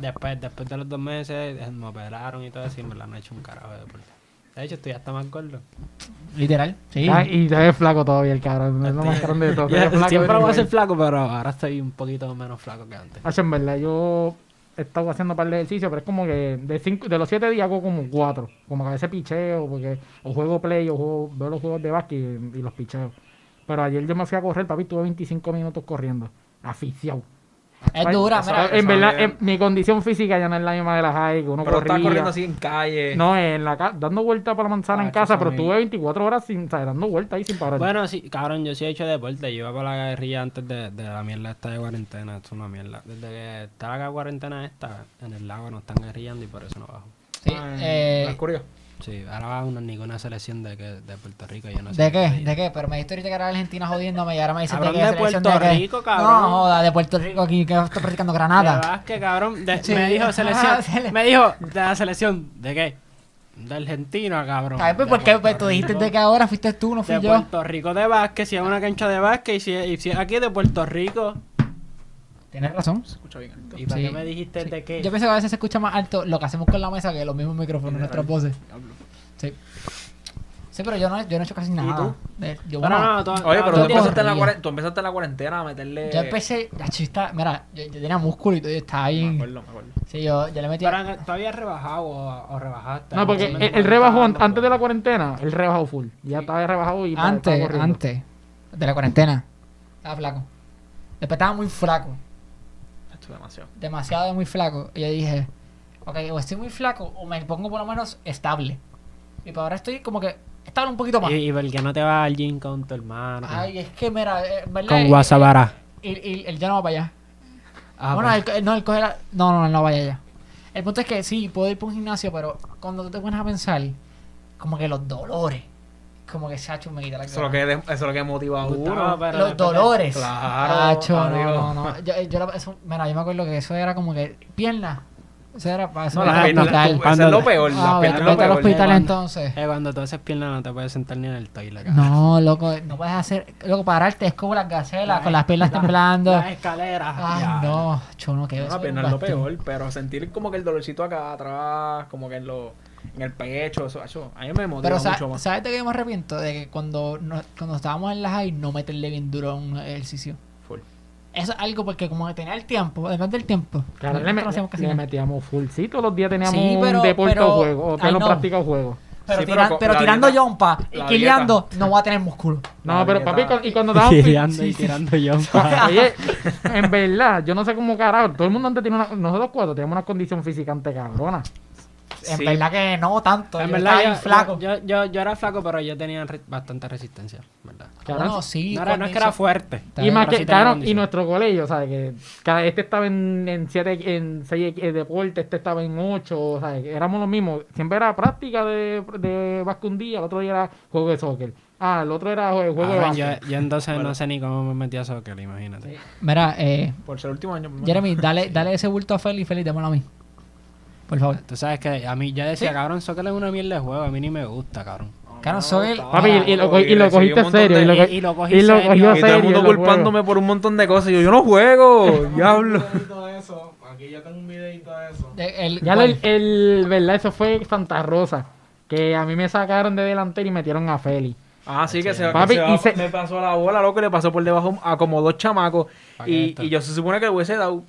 Después, después de los dos meses eh, me operaron y todo eso y me la han hecho un carajo de deporte. De hecho, estoy hasta más gordo. Literal, sí. Ah, y ya es flaco todavía el cabrón, [LAUGHS] es lo más grande de todo. se ve flaco siempre de voy a ser nivel. flaco, pero ahora estoy un poquito menos flaco que antes. Hacho, en verdad, yo he estado haciendo un par de ejercicios, pero es como que de cinco, de los siete días hago como cuatro. Como que a veces picheo, porque o juego play, o juego, veo los juegos de básquet y, y los picheo. Pero ayer yo me fui a correr, papi, tuve 25 minutos corriendo. Asfixiado. Es dura, Eso- mira. eso en no verdad, llega. en- mi condición física ya no es la misma de las high, que uno pero corría. estás corriendo así en calle. No, en la ca- dando vueltas por la manzana Ah, en eso casa, está pero bien. tuve 24 horas sin, o sea, dando vueltas ahí sin parar. Bueno, sí, cabrón, yo sí he hecho deporte. Yo iba para la guerrilla antes de, de la mierda esta de cuarentena. Esto es una mierda. Desde que está la cuarentena esta, en el lago nos están guerrillando y por eso no bajo. Sí, Ah, eh, ¿no has corrido? Sí, ahora va a una, ninguna selección de, que- de Puerto Rico. Yo no sé ¿De qué? país. ¿De qué? Pero me dijiste ahorita que era Argentina jodiéndome y ahora me dices Cabrón, de qué de selección Puerto de qué. Rico, cabrón. No, joda, de Puerto Rico aquí que estoy practicando De Granada. básquet, cabrón. De- Sí. Me [LAUGHS] dijo Ah, selección. sele- Me dijo de la selección. ¿De qué? De Argentina, cabrón. ¿Sabes pues, De por qué? Pues, Puerto tú dijiste Rico. de que ahora fuiste tú, no fui De yo. Puerto Rico de básquet, si es una cancha de básquet y si es, y si es aquí de Puerto Rico. Tienes razón. Escucha bien alto. ¿Y para Sí. qué me dijiste de qué? Yo pienso que a veces se escucha más alto lo que hacemos con la mesa que los mismos micrófonos, nuestras voces. Diablo. Sí. Sí, pero yo no, yo no he hecho casi nada. tú? Eh, yo, Pero bueno, no, tú- Oye, pero tú Yo empezaste, en la corría. cuaren- tú empezaste en la cuarentena a meterle. yo empecé, la chista, mira, yo, yo tenía músculo y todo, yo estaba Me bien. acuerdo, me acuerdo. Sí, yo, yo le metí. Pero tú habías rebajado o, o rebajaste. No, porque Sí. el, el rebajó an- antes de la cuarentena, el rebajó full. Ya estaba rebajado y estaba Antes, corriendo. antes de la cuarentena. Estaba flaco. Después estaba muy flaco. Esto es demasiado. Demasiado muy flaco. Y yo dije, ok, o estoy muy flaco o me pongo por lo menos estable. Y para ahora estoy como que estable un poquito más. ¿Y, y por qué no te vas al gym con tu hermano? Ay, es que mira, eh, en ¿verdad? con Guasabara. Y, y él ya no va para allá. Ah, bueno, pues, él, él no, él coge la- No, no, él no vaya allá. El punto es que sí, puedo ir para un gimnasio, pero cuando tú te pones a pensar, como que los dolores, como que se ha hecho me quita la Eso es lo cara. que, eso es lo que motiva a Gustavo, uno. pero los después de- dolores. Claro, Tacho, adiós. no, no, no. Yo, yo la- eso- mira, yo me acuerdo que eso era como que pierna. Eso era para eso No, era la para pierna, hospital. tú- eso es lo peor. Ah, La pierna vete- es vete lo al peor. hospital Cuando- entonces. Eh, cuando tú haces piernas no te puedes sentar ni en el toile, cabrón. No, loco, no puedes hacer. Loco, pararte es como las gacelas, con las piernas temblando. [LAUGHS] Las escaleras. Ay, ya. no, yo no No, quiero la eso, pierna es lo Basti. peor, pero sentir como que el dolorcito acá atrás, como que en, lo, en el pecho, eso, eso, a mí me motiva Pero sa- mucho más. ¿sabes de qué me arrepiento? De que cuando, no- cuando estábamos en la high no meterle bien duro a un ejercicio. Full. Eso es algo porque como que tenía el tiempo, depende del tiempo. Claro, le, Nosotros me- no hacíamos casi le nada. metíamos full. Sí, todos los días teníamos Sí, pero- un deporte pero- Ah, o juego. O I todos los know. practicaba juego. Pero, Sí, pero tira- con- pero la tirando dieta- yompa y la quileando no va a tener músculo. No, La pero dieta. papi, cu- y cuando [LAUGHS] Y [LAUGHS] dábamos... tirando y [LAUGHS] tirando yo. Oye, en verdad, yo no sé cómo carajo. Todo el mundo antes tiene una... Nosotros cuatro tenemos una condición física ante cabrona. En Sí. verdad que no tanto. En yo verdad, estaba bien yo, flaco. Yo, yo, yo era flaco, pero yo tenía re- bastante resistencia, ¿verdad? Cabrón, no, sí. no, era, no es que era condición- fuerte. Y pero más sí que, tenía claro, y condición. nuestro colegio, ¿sabes? Que cada, este estaba en, en siete, en seis eh, deportes, este estaba en ocho, ¿sabes? Que éramos los mismos. Siempre era práctica de, de básquet un día, el otro día era juego de soccer. Ah, el otro era jue- juego de Cabrón, básquet. yo, yo entonces no sé ni cómo me metí a soccer, imagínate. Mira, eh, Por ser el último año. por lo menos. Jeremy, dale, dale ese bulto a Feli. Feli, démoslo a mí. Por favor. Tú sabes que a mí yo decía, cabrón, soccer es una mierda de juego, a mí ni me gusta, cabrón. Claro, no, soy el- estaba Papi, y, y lo, co- y lo recibí cogiste un en montón serio. de- Y lo, co- y lo cogí y lo serio. cogió Y Y todo el serio. mundo lo culpándome por un montón de cosas. y Yo, yo no juego, [LAUGHS] diablo. de eso. Aquí yo tengo un videito de eso. De- el- juego. Ya ¿cuál? el, el- ¿verdad? Eso fue Santa Rosa. Que a mí me sacaron de delantero y metieron a Feli. Ah, sí, que se, que se Papi, y va- se- le pasó la bola, loco, y le pasó por debajo a como dos chamacos. Aquí Y, está. y yo se supone que le hubiese dado.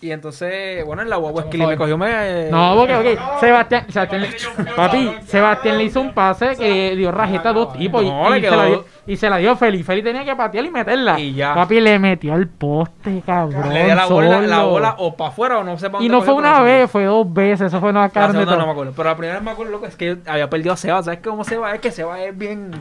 Y entonces, bueno, en la guagua es que me favor. cogió me. No, porque, ok, Sebastián, Sebastián le- Sebastián le- papi, Sebastián le hizo un pase que dio rajeta a dos tipos y, No, le y se quedó- la dio, y se la dio Feli. Feli tenía que patear y meterla. Y ya. Papi le metió al poste, cabrón. Le dio la bola, la solo. bola o para afuera o no sé pa' Y dónde no fue cogió, pero una sé. vez, fue dos veces. Eso fue una La carne. segunda no me acuerdo. Pero la primera vez me acuerdo, loco, es que yo había perdido a Seba. ¿Sabes cómo Seba es? Que Seba es bien.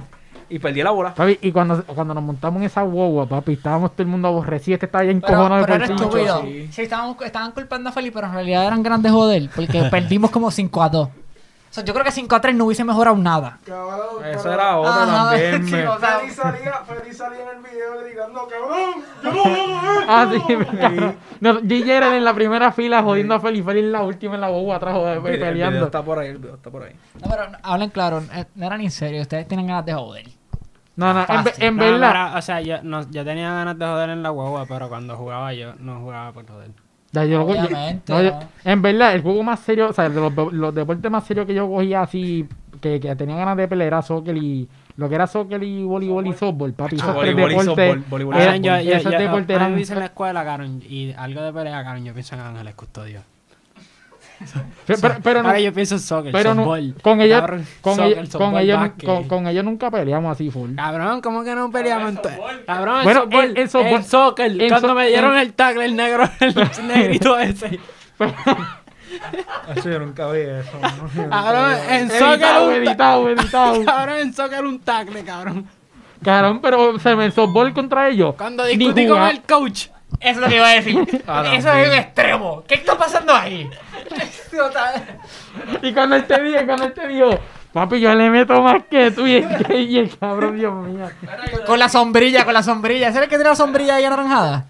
Y perdí la bola. Papi, y cuando, cuando nos montamos en esa guagua, papi, estábamos todo el mundo aborrecido. Este estaba ya Pero, encojonado de pero era por sí. estuvo- estúpido. sí. Sí, estaban, estaban culpando a Feli, pero en realidad eran grandes joder. Porque perdimos como 5 a 2. O sea, yo creo que 5 a 3 no hubiese mejorado nada. Cabrón, Eso pero- era otra Ajá, [LAUGHS] también. sí, me- o sea, Feliz salía, Feliz salía en el video gritando, cabrón, yo no hago esto. Ah, sí, claro. No, Gigi era en la primera fila jodiendo a Feli. Feli en la última en la guagua atrás joder, el video peleando. está por ahí, el video está por ahí. No, pero no, hablen claro, eh, no eran en serio. Ustedes tienen ganas de joder. No, no, en, ve- en No, verdad. mira, o sea, yo, no- yo tenía ganas de joder en la guagua, pero cuando jugaba yo no jugaba por joder. Ya, yo lo cogí- Obviamente, no, yo- ¿no? en verdad, el juego más serio, o sea, de los, los deportes más serios que yo cogía así, que, que tenía ganas de pelear era soccer y. Lo que era soccer y voleibol y softball, papi. Esos tres Voleibol y deportes. softball, voleibol y eran- Cabrón, yo, yo, esos yo- deportes a mí eran. me dicen en la escuela, Caron, y algo de pelea, Caron, yo pienso en Ángeles Custodio. Pero, pero- pero no. Ahora yo pienso en soccer, pero no- softball, con ellos, cabrón, con, soccer, ellos, con, softball, ellos, básquet. Ah, con, con ellos nunca peleamos así full. Cabrón, ¿cómo que no peleamos? Cabrón, entonces? softball. Cabrón, el Bueno, softball, el- el softball- el soccer, el cuando so- me dieron el- el tackle, el negro, [LAUGHS] el negrito ese. Eso yo nunca vi eso. Cabrón, en Editado, soccer un ta- [LAUGHS] editado, [LAUGHS] editado. Cabrón, en soccer un tackle, cabrón. Cabrón, pero se me softball contra ellos. Cuando ni discutí con jugaba. el coach. Eso es lo que iba a decir. Ah, Eso es un [LAUGHS] extremo. ¿Qué está pasando ahí? Y cuando él te dijo, cuando él te dijo, Papi, yo le meto más que tú y el, y el cabrón, Dios mío. Espera, y lo Con la sombrilla, con la sombrilla. ¿Ese era el que tenía la sombrilla ahí anaranjada?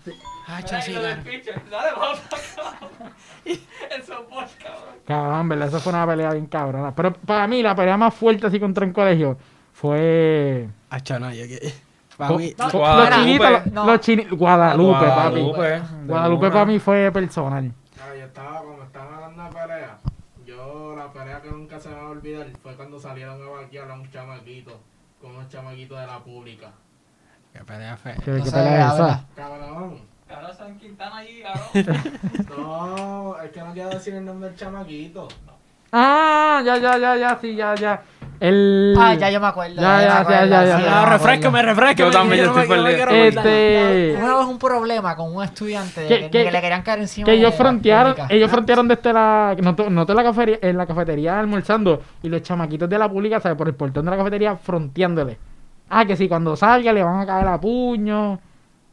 Ah, Ay, espera, y lo del chacita. pitcher. Dale, vamos cabrón. Eso es boss, cabrón. Cabrón, ¿verdad? Eso fue una pelea bien cabrona. Pero para mí, la pelea más fuerte así contra un colegio fue. Hacho, no, yo que. eh, Para mí. No, Los Guadalupe. chinitos, los- No. los chini- Guadalupe, papi. Guadalupe. Guadalupe para mí fue personal. Claro, Ah, yo estaba, como estaban hablando de pelea, yo la pelea que nunca se me va a olvidar fue cuando salieron a vaquear a un chamaquito, con unos chamaquitos de la pública. Qué pelea fea. ¿Qué, No qué sé, pelea es la verdad. esa? Cabrón. Cabrón, San Quintana ahí, cabrón. [LAUGHS] No, es que no quiero decir el nombre del chamaquito. Ah, ya, ya, ya, ya, sí, ya, ya. El. Ah, ya yo me acuerdo. Ya, ya, me acuerdo, ya, ya, sí, ya. me No, acuerdo. refrescame, refrescame. Yo también, yo estoy me- perdido. me quiero acordar. Este. Una vez un problema con un estudiante de ¿Qué- que, qué- que le querían caer encima. Que de ellos la frontearon, pública. ellos frontearon desde la. No, to- no te la cafetería, en la cafetería almorzando. Y los chamaquitos de la pública, ¿sabes? Por el portón de la cafetería, fronteándole. Ah, que si cuando salga le van a caer a puño.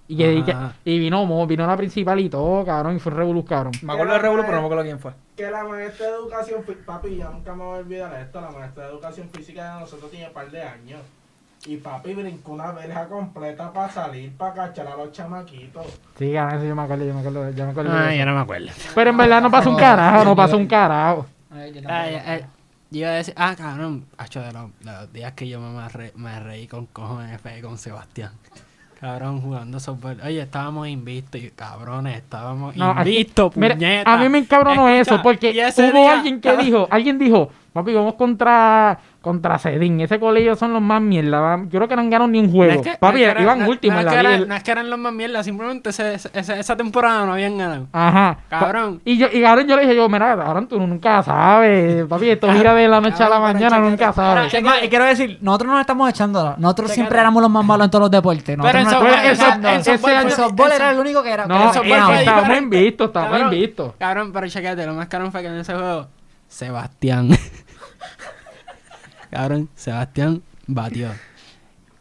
Y, que, y, que- Ah. Ajá. y vino, mo- vino la principal y todo, cabrón. Y fue un revolú, cabrón. Me acuerdo de Revolu, pero no me acuerdo quién fue. Que la maestra de educación física, papi, ya nunca me voy a olvidar esto, la maestra de educación física de nosotros tiene un par de años. Y papi brincó una verja completa para salir, para cachar a los chamaquitos. Sí, cabrón, eso yo me acuerdo, yo me acuerdo, yo me acuerdo. de Ay, eso. yo no me acuerdo. Pero en verdad no [LAUGHS] pasa un carajo, no pasa un carajo. Ay, yo tampoco. Ay, ay, yo iba a decir, ah, cabrón, hacho de los, de los días que yo me, amarré- me reí con cojones fue con Sebastián. Cabrón, jugando softball. Oye, estábamos invistos, y, cabrones, estábamos No, aquí- invistos, Mira, puñeta. a mí me encabronó Escucha, eso, porque y ese hubo día- alguien que dijo, alguien dijo, papi, vamos contra contra Cedín, ese colegio son los más mierda, va- yo creo que no han ganado ni un No juego. es que- papi, no es que era- iban no- últimos en no es la que era- liga. No es que eran los más mierda, simplemente ese- ese- esa- esa temporada no habían ganado. Ajá. Cabrón. Y yo, y cabrón, yo le dije, yo, mira, cabrón, tú nunca sabes, papi, esto gira de la noche a la Cabrón, pero mañana, chécate. nunca sabes. Es más, y quiero decir, nosotros nos estamos echando. la- Nosotros Chécate. siempre éramos los más malos en todos los deportes. Pero Nosotros en nos softball- estamos en soft- echando. en softball En fue- softball en era soft- el único que era. que No, era eso eh, fue out. diferente. estamos invistos, estamos Cabrón, invistos. Cabrón, pero checate, lo más caro fue que en ese juego, Sebastián. [LAUGHS] cabrón, Sebastián batió.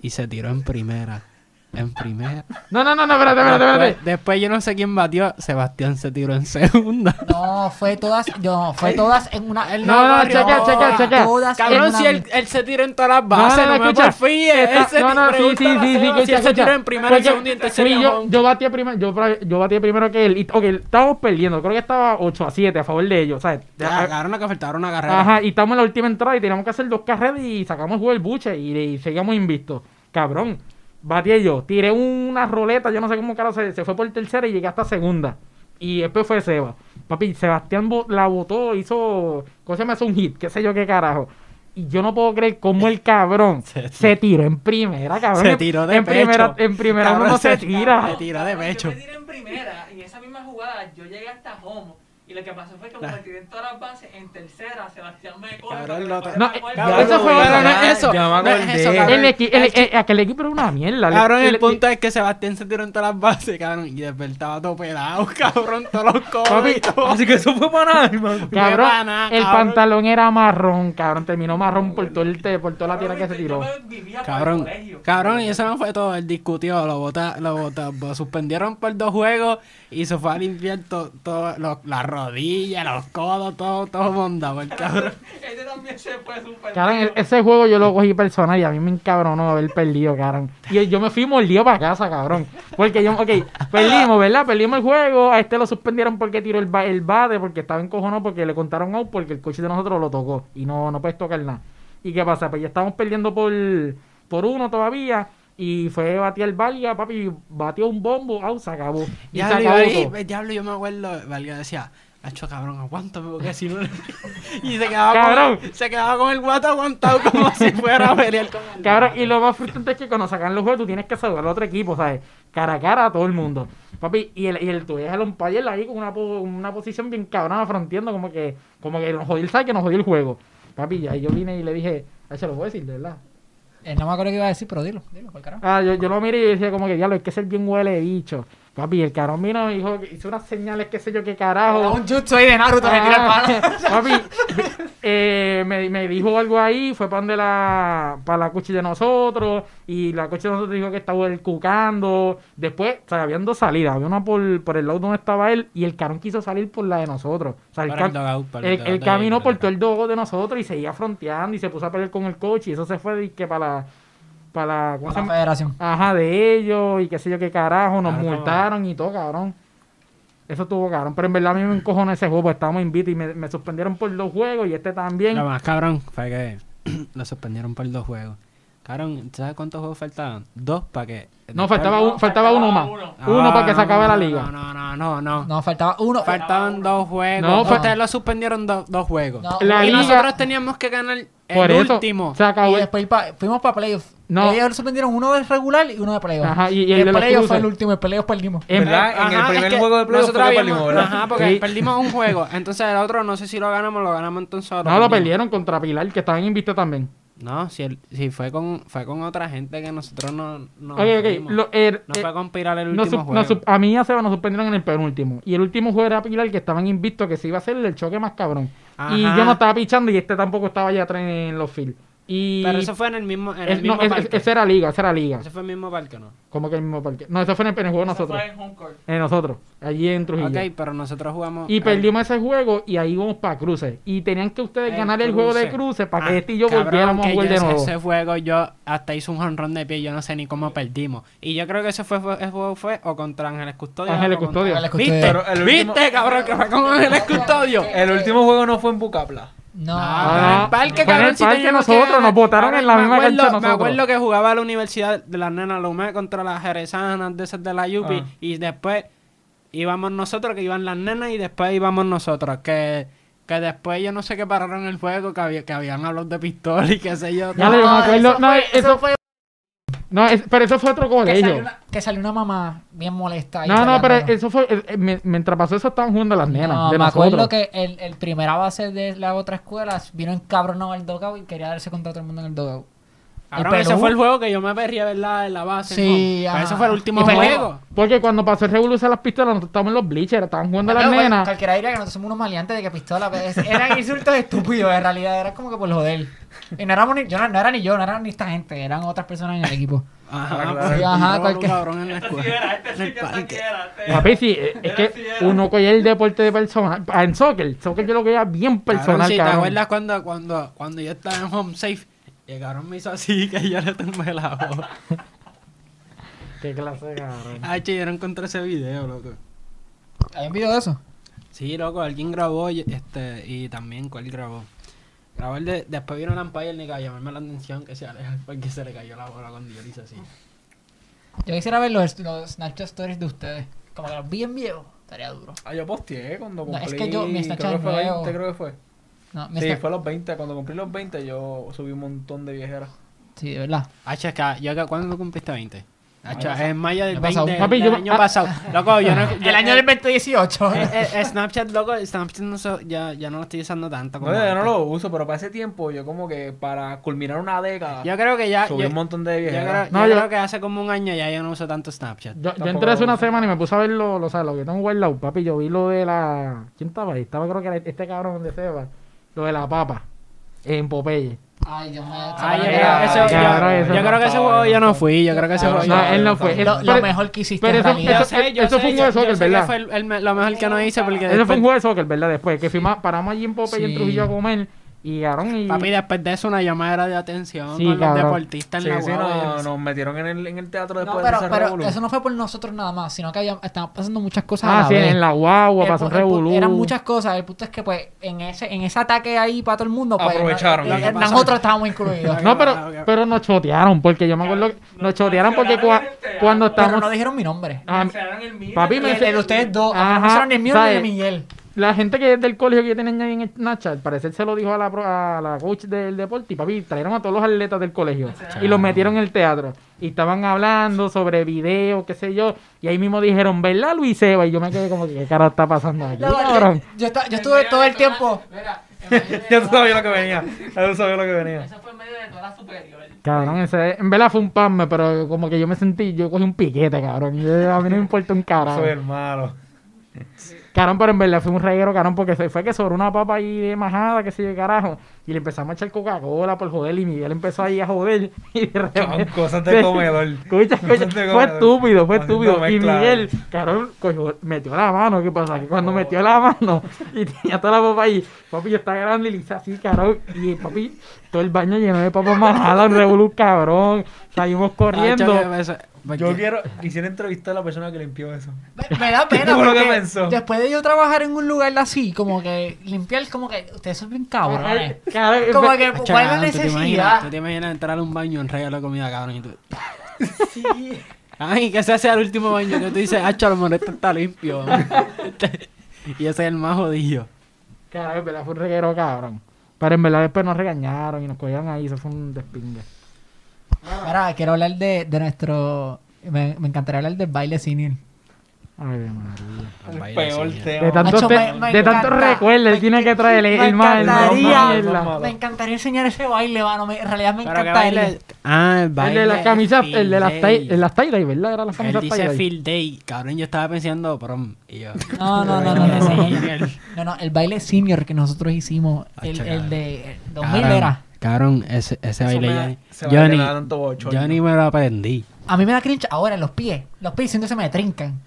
Y se tiró en primera. En primera. No, no, no, no, espérate, espérate, Después, espérate. después yo no sé quién batió. Sebastián se tiró en segunda. No, fue todas. No, fue todas en una. Él No, no, corrió. checa, checa, checa. Todas en Cabrón, una si él, él se tiró en todas las bases, No, no, no, no, me escucha. porfíe. Está- Él se no, ti- no, sí, sí, pregúntale a sí, sí, Seba si escucha, él se escucha. tiró en primera, en Porque segunda y en fui tercera. yo, cojón. yo batía primero, yo, pra- yo batía primero que él. Y, ok, estábamos perdiendo, creo que estaba 8 a 7 a favor de ellos, ¿sabes? Ya, cabrón, que faltaron una carrera. Ajá, y estamos en la última entrada y teníamos que hacer dos carreras y sacamos el juego del buche y, y seguíamos invictos. Cabrón, batí yo, tiré una roleta, yo no sé cómo caro se, se fue por tercera y llegué hasta segunda. Y después fue Seba. Papi, Sebastián bo- la botó, hizo, ¿cómo se llama? Hizo un hit, qué sé yo qué carajo. Y yo no puedo creer cómo el cabrón Se se, tiró. tiró en primera, cabrón. Se tiró de en pecho. primera, en primera Cabrón, uno no se se- tira. se tiró de Cabrón, pecho. Yo me tiré en primera y esa misma jugada yo llegué hasta home. Y lo que pasó fue que como me tiré en todas las bases, en tercera, Sebastián me coge. Cabrón, me lo- pone No, la eh, cuarta. Cabrón, Eso fue pero otra- no es eso. Ya me no es eso, acordé. cabrón. El, equi- el- el- aquel equipo era una mierda. Le- Cabrón, le- el punto es que Sebastián se tiró en todas las bases, cabrón, y despertaba todo pelado, [LAUGHS] cabrón, todos los codos. y [LAUGHS] todo. Así que eso fue para nada, [LAUGHS] hermano. Cabrón, Qué pana, el cabrón. pantalón era marrón, cabrón. Terminó marrón por, todo el, te- por toda la tierra que se Yo tiró. me vivía por el Cabrón, colegio. cabrón, y eso no fue todo, él discutió, lo bota, lo bota, lo suspendieron por dos juegos y se fue a limpiar to- todo, lo- las rodillas, los codos, todo, todo mondado, el [LAUGHS] cabrón. Ese Este también se fue súper. Cabrón, el- lejos. ese juego yo lo cogí personal y a mí me encabronó haber perdido, cabrón. Y yo me fui mordido para casa, cabrón. Porque yo, ok, perdimos, ¿verdad? Perdimos el juego. A este lo suspendieron porque tiró el, ba- el bate, porque estaba encojonado, porque le contaron out, porque el coche de nosotros lo tocó. Y no, no puedes tocar nada. ¿Y qué pasa? Pues ya estamos perdiendo por, por uno todavía. Y fue batir el valga, papi, batió un bombo, out, se acabó. Y se Diablo, acabó y- todo. y- diablo, yo me acuerdo, Valga decía, Nacho, cabrón, aguántame, porque si no... [LAUGHS] le-". y se quedaba, Cabrón. Con, se quedaba con el guato aguantado como si fuera a pelear con el Cabrón, y lo más frustrante es que cuando sacan los juegos tú tienes que saludar al otro equipo, ¿sabes? Cara a cara a todo el mundo. Papi, y el, y el tú ves al umpire ahí con una, po- una posición bien cabrona, fronteando, como que, como que nos jodió el saque, nos jodió el juego. Papi, ya yo vine y le dije, ah, se lo voy a decir, de verdad. Eh, no me acuerdo qué iba a decir, pero dilo, dilo, por carajo. Ah, yo, yo lo miré y decía como que, diablo, es que ese bien huele de bicho. Papi, el cabrón vino y dijo, hizo unas señales, qué sé yo, qué carajo. Un jutsu ahí de Naruto, le tira el palo. Ah, [LAUGHS] Papi, vi- eh, me, me dijo algo ahí, fue pan de la, para la cuchi de nosotros, y la cuchi de nosotros dijo que estaba él cucando. Después, o sea, habían dos salidas, había una por, por el lado donde estaba él, y el carón quiso salir por la de nosotros. O sea, el, Para el cam- dugout, para el el, dugout el de- camino de- por todo el dogo de nosotros y seguía fronteando y se puso a pelear con el coche, y eso se fue de que para la, para la- ¿cómo se la llama? federación. Ajá, de ellos y qué sé yo qué carajo, nos Ah, multaron y todo, cabrón. Eso estuvo cabrón, pero en verdad a mí me encojona ese juego, porque estábamos invitados y me, me suspendieron por dos juegos y este también. Lo más cabrón fue que [CLEARS THROAT] lo suspendieron por dos juegos. Cabrón, ¿sabes cuántos juegos faltaban? Dos para que. No, faltaba, un- No, faltaba uno más. Uno Ah, para que se no, acabe la no, liga. No, no, no, no. no. No, faltaba uno. Faltaban dos juegos. No, No, fue- Ustedes lo suspendieron do- dos juegos. No, La y liga- nosotros teníamos que ganar el Por eso último. se acabó. Y el- después pa- fuimos para playoffs. No. Ellos suspendieron uno de regular y uno de playoffs. Ajá, y- y el de el, los playoff fue cruces. el último, el playoff perdimos. en- ¿Verdad? En el Ajá, primer es que juego de playoff nosotros fue que habíamos- perdimos, ¿verdad? Ajá, porque Sí. perdimos un juego. Entonces el otro, no sé si lo ganamos, lo ganamos entonces. no, lo perdimos. perdieron contra Pilar, que estaban invictos también. No, si, el- si fue con fue con otra gente que nosotros no. no ok, ok. fuimos. lo- el- no eh, fue con Pilar el nos último sup- juego. nos sup- a mí y a Seba nos suspendieron en el penúltimo. Y el último juego era Pilar, que estaban invictos, que se iba a hacer el choque más cabrón. Y Ajá. yo no estaba pichando y este tampoco estaba ya atrás en los fields. Y Pero eso fue en el mismo, en es- el no, mismo es- parque. esa era liga, esa era liga. Ese fue el mismo parque, ¿no? Como que el mismo parque. No, eso fue en el, en el juego de nosotros. Fue en home court. En nosotros, allí en Trujillo. Ok, pero nosotros jugamos. Y el- perdimos ese juego y ahí vamos para cruces. Y tenían que ustedes el ganar el juego de cruces para que Ah, este y yo cabrón, volviéramos a que jugar yo de ese- nuevo. Ese juego yo hasta hice un jonrón de pie, yo no sé ni cómo perdimos. Y yo creo que ese, fue, fue- ese juego fue o contra Ángeles Custodio. Ángeles o contra- Custodio. Ángeles ¿Viste? Custodio. Pero el último- ¿Viste, cabrón? Que fue con Ángeles Custodio. El último juego no fue en Bucapla. No. Ah, no, pero no. el parque, Fue cabrón, en el sí parque teníamos nosotros, que ganar. nos botaron en la Me misma acuerdo- cancha nosotros. Me acuerdo que jugaba a la Universidad de la Nena Lomé contra las Jerezanas de esas de la Yupi. Ah. Y después íbamos nosotros, que iban las nenas, y después íbamos nosotros. Que, que después yo no sé qué pararon el juego, que, había- que habían hablado de pistola y qué sé yo. Ya le- yo me acuerdo- eso no, fue- eso No, es- pero eso fue otro que, colegio. salió una, que salió una mamá bien molesta. ahí No, no, pero peleándonos. eso fue. eh, eh, mi- mientras pasó eso, estaban jugando las nenas. No, de me nosotros. acuerdo que el, el primera base de la otra escuela vino encabronado al dogout y quería darse contra todo el mundo en el dogout. El Cabrón, ese Perú- uh, fue el juego que yo me perría, ¿verdad? En la base. Sí, ¿no? Pero Ese ajá. fue el último Y juego. perdimos. Porque cuando pasó el revolución de las pistolas, nosotros estábamos en los bleachers, estaban jugando las Ah, Claro, bueno, nenas. Cualquiera diría que nosotros somos unos maleantes de que pistola. pero es- [LAUGHS] Eran insultos estúpidos, en realidad. Era como que por joder. Y no, éramos ni, yo, no, no era ni yo, no era ni esta gente. Eran otras personas en el equipo. Ajá, Ah, pues, claro. Ajá, un cualquier- cabrón en la Este sí escuela. era, este En el sí que esta parque. sí era. este- Papi, sí, eh, es Era que así, era. uno coge el deporte de persona. ah, En soccer, soccer yo lo cogía bien Cabrón, personal, si ¿Te cabrón. acuerdas cuando, cuando, cuando yo estaba en home safe? Y el cabrón me hizo así que yo le tumbé la boca. Qué clase, de cabrón. Ay, che, yo no encontré ese video, loco. ¿Hay un video de eso? Sí, loco, alguien grabó y- este, y también cuál grabó. Grabó el de, después vino el umpire ni a llamarme la atención que se aleja [LAUGHS] porque se le cayó la bola cuando yo le hice así. Yo quisiera ver los, los Snapchat Stories de ustedes. Como que los vi en viejos. Estaría duro. Ah, yo posteé cuando No, cumplí. es que yo- mi Snapchat creo que fue es nuevo. 20, creo que fue. No, me Sí, está- fue a los 20. Cuando cumplí los 20, yo subí un montón de viejeras. sí, de verdad. Ah, che, es que yo acá, ¿cuándo cumpliste 20? Ah, che, es en mayo del Año pasado. 20, Papi, del yo- año ah. pasado. Loco, yo no... yo- El eh, año del 2018. eh, eh, Snapchat, loco, Snapchat no so- ya, ya no lo estoy usando tanto como No, yo no antes. lo uso, pero para ese tiempo, yo como que para culminar una década, Yo creo que ya... subí yo- un montón de Yo creo, viejeras. No, yo yo- creo que hace como un año ya yo no uso tanto Snapchat. Yo, yo Tampoco- entré hace una semana y me puse a ver lo, lo, o sea, lo que tengo guardado, papi. Yo vi lo de la. ¿Quién estaba ahí? Estaba, creo que era este cabrón de Seba. Lo de la papa. En Popeye. Ay, Dios mío. Ah, chaval, yo, ya, era- ya, creo- eso- ya, yo- ahora eh, eso yo no creo que ese estaba, juego ya yo no no fui, yo creo que ese No, juego No, yo él no fue. Lo- Él- Lo, lo pero- mejor que hiciste pero en eso- realidad. eso- eso fue un juego de yo soccer, sé que ¿verdad? fue el- el- lo mejor que no hice porque Ese fue después, un juego de soccer, ¿verdad? Después, que fuimos para allí en Popeye y en Sí. Trujillo a comer. Y cabrón, y. papi, después de eso una llamada de atención Sí, con los cabrón. deportistas Sí, en la sí, guagua, yo no, no sé. nos metieron en el, en el teatro No, después pero, de ese pero revolú. eso no fue por nosotros nada más, sino que había, estaban pasando muchas cosas. a Ah, la sí, vez. en la guagua, El pasó pu- el pu- Revolú. Eran muchas cosas. El punto es que, pues, en ese, en ese ataque ahí para todo el mundo, pues, Aprovecharon. no- Lo que pasa- nosotros estábamos incluidos. No, pero, pero nos chotearon, porque yo me acuerdo que nos chotearon porque cua- cuando Pero no estamos. dijeron mi nombre. Ah, Cancelaron el mío. papi, El, me- el de ustedes dos. Ajá, no mencionaron ni el mío ni el de ¿sabes? Miguel. la gente que es del colegio que yo tenía ahí en Snapchat, al parecer se lo dijo a la, pro- a la coach del deporte y papi, trajeron a todos los atletas del colegio y los metieron en el teatro. Y estaban hablando sobre videos, qué sé yo, y ahí mismo dijeron, ¿verdad, Luis Seba? Y yo me quedé como que, ¿qué cara está pasando aquí, No, cabrón? yo, esta- yo estuve todo el tiempo. Mira, en medio de [LAUGHS] Ya tú toda- sabías lo que venía. Ya tú sabías lo que venía. Eso fue en medio de toda la superior. Cabrón, ese, en verdad fue un panme, pero como Ah. que yo me sentí, yo cogí un piquete, cabrón. y yo, a mí no me importa un Soy carajo. el malo. Carón, pero en verdad fue un reguero, carón, porque se fue que sobró una papa ahí de majada, que se yo, carajo. Y le empezamos a echar Coca-Cola por joder, y Miguel empezó ahí a joder. [LAUGHS] Y de Son repente- cosas de comedor. [LAUGHS] Escucha, escucha, Cosas de fue comedor. estúpido, fue Haciendo estúpido. Y mezcla. Miguel, carón, cogió- metió la mano, ¿qué pasa? Que cuando metió la mano [LAUGHS] y tenía toda la papa ahí, papi, yo estaba grande y le hice así, carón, y papi, todo el baño lleno de papas majadas, un revolú, cabrón. Salimos corriendo. Ah, chaval, eso- porque- Yo quiero, quisiera entrevistar a la persona que limpió eso. Me, me [LAUGHS] da pena Seguro que porque pensó. después de yo trabajar en un lugar así, como que limpiar, como que ustedes son bien cabrones. Ay, cabrón, Como fue- que, Ah, ¿cuál es la chaval, ¿tú te imaginas- ¿Tú necesidad? te imaginas entrar a un baño en regalo comida, cabrón? Y tú... Ay, que ese sea el último baño que tú dices, ah, chaval, amor, esto está limpio. [LAUGHS] y ese es el más jodido. Carajo, en verdad fue un reguero, cabrón. Pero en verdad después nos regañaron y nos cogieron ahí, eso fue un despingue. Ahora, quiero hablar de, de nuestro... Me, me encantaría hablar del baile civil. Ay, de María. El [LAUGHS] Baila, peor señor. tema. De tantos Macho, te- me- me de tantos encanta. recuerdos, él Me- tiene que traer el, me Eh, el más, el más, el más, el encantaría. más. Me encantaría enseñar ese baile, mano. me- en realidad me Pero que encantaría. baile- Ah, el El baile. de las camisas, el de las field tie- day. el las tie-dye, ¿verdad? Eran las Él camisas dice tie-dye. field day. Cabrón, yo estaba pensando prom. [LAUGHS] Y yo... No, no, no, no, no, no, no, no, el baile senior que nosotros hicimos, el, Achaca. el de el 2000 Cabrón, era. Cabrón, ese, Eso ese baile me- ya... se va a Johnny, llenar tanto bochorno. Johnny me lo aprendí. A mí me da cringe ahora en los pies. Los pies siento que se me trincan.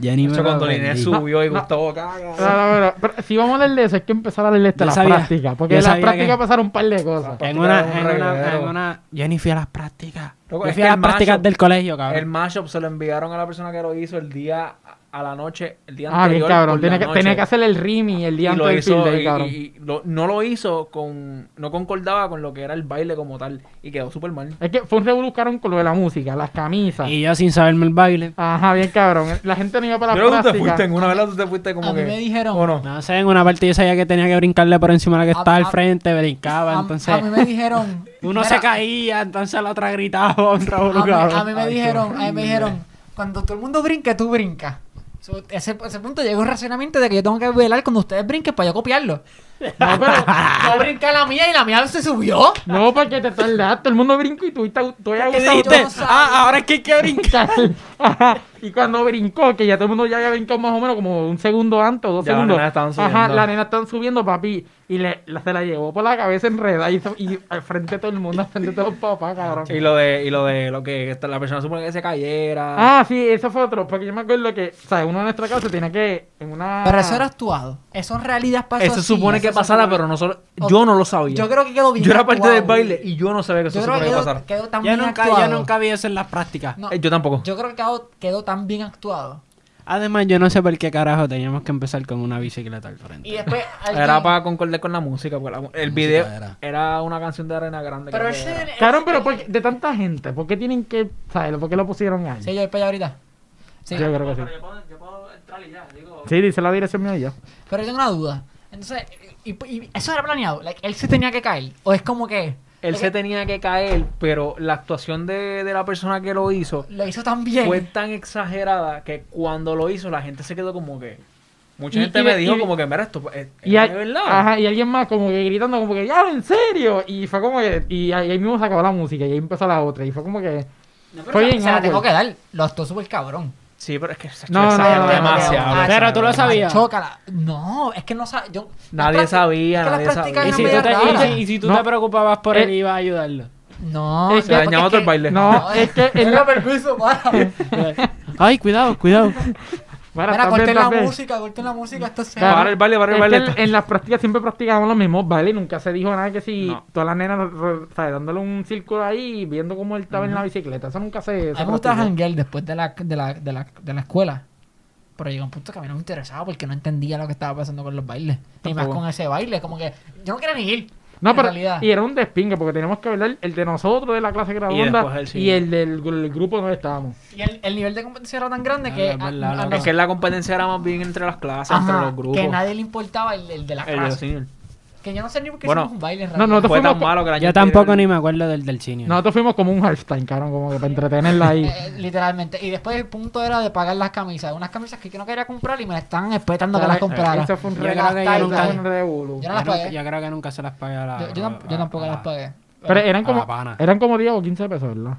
Johnny me Eso lo cuando aprendí. Linés subió y No, no. Gustavo caga. No, no, pero- pero si vamos a hablar de eso, hay que empezar a hablar de esto, Yo las sabía, prácticas. Porque yo en las sabía prácticas que- pasaron un par de cosas. En Practicar una, un en una, en reguero. una... Yo ni fui a las prácticas. Loco, yo es fui que a las el prácticas macho- del colegio, El cabrón. mashup se lo enviaron a la persona que lo hizo el día a la noche, el día Ah, bien anterior. cabrón. por la Tenía que, noche. tenía que hacer el rimi el día y antes lo del field hizo, day, y- cabrón. y- y lo- no lo hizo con, no concordaba con lo que era el baile como tal y quedó súper mal. Es que fue un revolú, cabrón, con lo de la música, las camisas. Y yo sin saberme el baile. Ajá, bien cabrón. La gente no iba para Pero las tú te fuiste prácticas. en una, ¿verdad? Tú te fuiste como A mí que... me dijeron- ¿O no? No sé, en una parte yo sabía que tenía que brincarle por encima de la que A- estaba al a- frente, brincaba, A, entonces... a mí me dijeron. Uno mira, se caía, entonces la otra gritaba [LAUGHS] [LAUGHS] un A revolú, mí, cabrón. a mí me dijeron, a mí me dijeron, cuando todo el mundo brinca, tú brincas. So, ese, ese punto llegó un racionamiento de que yo tengo que velar cuando ustedes brinquen para yo copiarlo. No, pero Ah. [LAUGHS] yo brinqué la mía y la mía se subió. No, porque te tardaste, el mundo brinco y tú estás tú ya ¿Qué Yo no dijiste? sabía. Ah, ahora es que hay que [LAUGHS] brincar. gustas. Ajá. [LAUGHS] Y cuando brincó, que ya todo el mundo ya había brincado más o menos como un segundo antes o dos Ya las segundos. nenas estaban subiendo. Ajá, la nena estaban subiendo, papi. Y le, la- se la llevó por la cabeza enredada y, y al frente de todo el mundo, al frente de todos los papás, cabrón. Y lo de, y lo de lo que esta- la persona supone que se cayera. Ah, sí, eso fue otro. Porque yo me acuerdo que, o sea, uno en nuestra casa tenía que. En una... Pero eso era actuado. Eso en realidad pasó. Ah. eso así, supone que eso pasara, supone- pero no solo, Ok. yo no lo sabía. Yo creo que quedó bien Yo era parte actuado. del baile y yo no sabía que eso Yo creo supone que que quedó, pasara. quedó tan Yo bien nunca, yo actuado. nunca vi eso en las prácticas. No, Eh, yo tampoco. Yo creo que quedó, quedó tan bien actuado. Además, yo no sé por qué carajo teníamos que empezar con una bicicleta al frente. Y después. alguien- [LAUGHS] Era para concordar con la música, porque la- el música video era. era. una canción de Arena Grande. Pero creo que ese. era. ese- Cabrón, pero ¿por qué- de tanta gente, ¿por qué tienen que. ¿Sabes? ¿Por qué lo pusieron ahí? Sí, yo voy para allá ahorita. Sí. Yo creo que sí. Pero yo puedo, yo puedo entrar y ya, digo. Sí, dice la dirección mía y ya. Pero yo tengo una duda. Entonces, y, y- eso era planeado. Like, él se tenía que caer. O es como que. Él lo se que- tenía que caer, pero la actuación de, de la persona que lo hizo Lo hizo tan bien. fue tan exagerada que cuando lo hizo la gente se quedó como que... Mucha Y- gente y- me y- dijo como que, mira, esto es, es Y, de al- verdad. ajá, y alguien más como que gritando como que ya en serio y fue como que y ahí ahí mismo se acabó la música y ahí empezó la otra y fue como que No, pero fue se- bien se la tengo awkward. que dar. Lo actuó súper cabrón. Sí, pero es que se No, no, exageró no, no, no, Ah, no, demasiado. no, no. exageró Pero tú lo demasiado. sabías. Chócala. No, es que no sabía. Yo, Nadie las prácticas- sabía, es que las nadie prácticas sabía. Y eran si tú medio te, y raras. si- y si tú No. te preocupabas por él, Eh, iba a ayudarlo. No, Es yo- Se porque dañaba es todo el que- baile. no es que Él en no la, permiso, para. Mira, [LAUGHS] Ay, cuidado, cuidado. Bueno, también, corten la también. música, corten la música, esto se... Claro. Para el baile, para el Es baile. que en, en las prácticas siempre practicábamos los mismos bailes y nunca se dijo nada que si No. todas las nenas re- ¿sabes? dándole un círculo ahí y viendo cómo él estaba en la bicicleta eso nunca se, A se mí me gusta practicó. janguear después de la, de, la, de, la, de la escuela. Pero llegó un punto que a mí no me interesaba porque no entendía lo que estaba pasando con los bailes. Ni más Tampoco. con ese baile. Como que yo no quería ni ir. no, en pero, realidad. y era un despingue porque teníamos que hablar el de nosotros de la clase después graduanda él sí. y el del gru- el grupo donde estábamos. Y el, el nivel de competencia era tan grande No, que, no, es verdad, a- a- loco. no- Es que la competencia era más bien entre las clases, Ajá, entre los grupos. que nadie le importaba el, el de la El de los clase. seniors. que yo no sé ni por qué Bueno, hicimos un baile. en No, realidad. nosotros Fue tan fuimos, malo que la Yo tampoco ni me acuerdo del del senior. Nosotros fuimos como un halftime, cabrón, como que para entretenerla [LAUGHS] ahí. Eh, eh, literalmente. Y después el punto era de pagar las camisas. Unas camisas que yo no quería comprar y me estaban esperando que las comprara. Eso fue un Yo regalo creo que eh, yo nunca- revolú. Yo no las Yo nunca- pagué. Yo creo que nunca se las pagué a la. Yo, yo tam- a- yo tampoco a- las pagué. Pero eran a la como, pana. eran como 10 o 15 pesos, ¿verdad?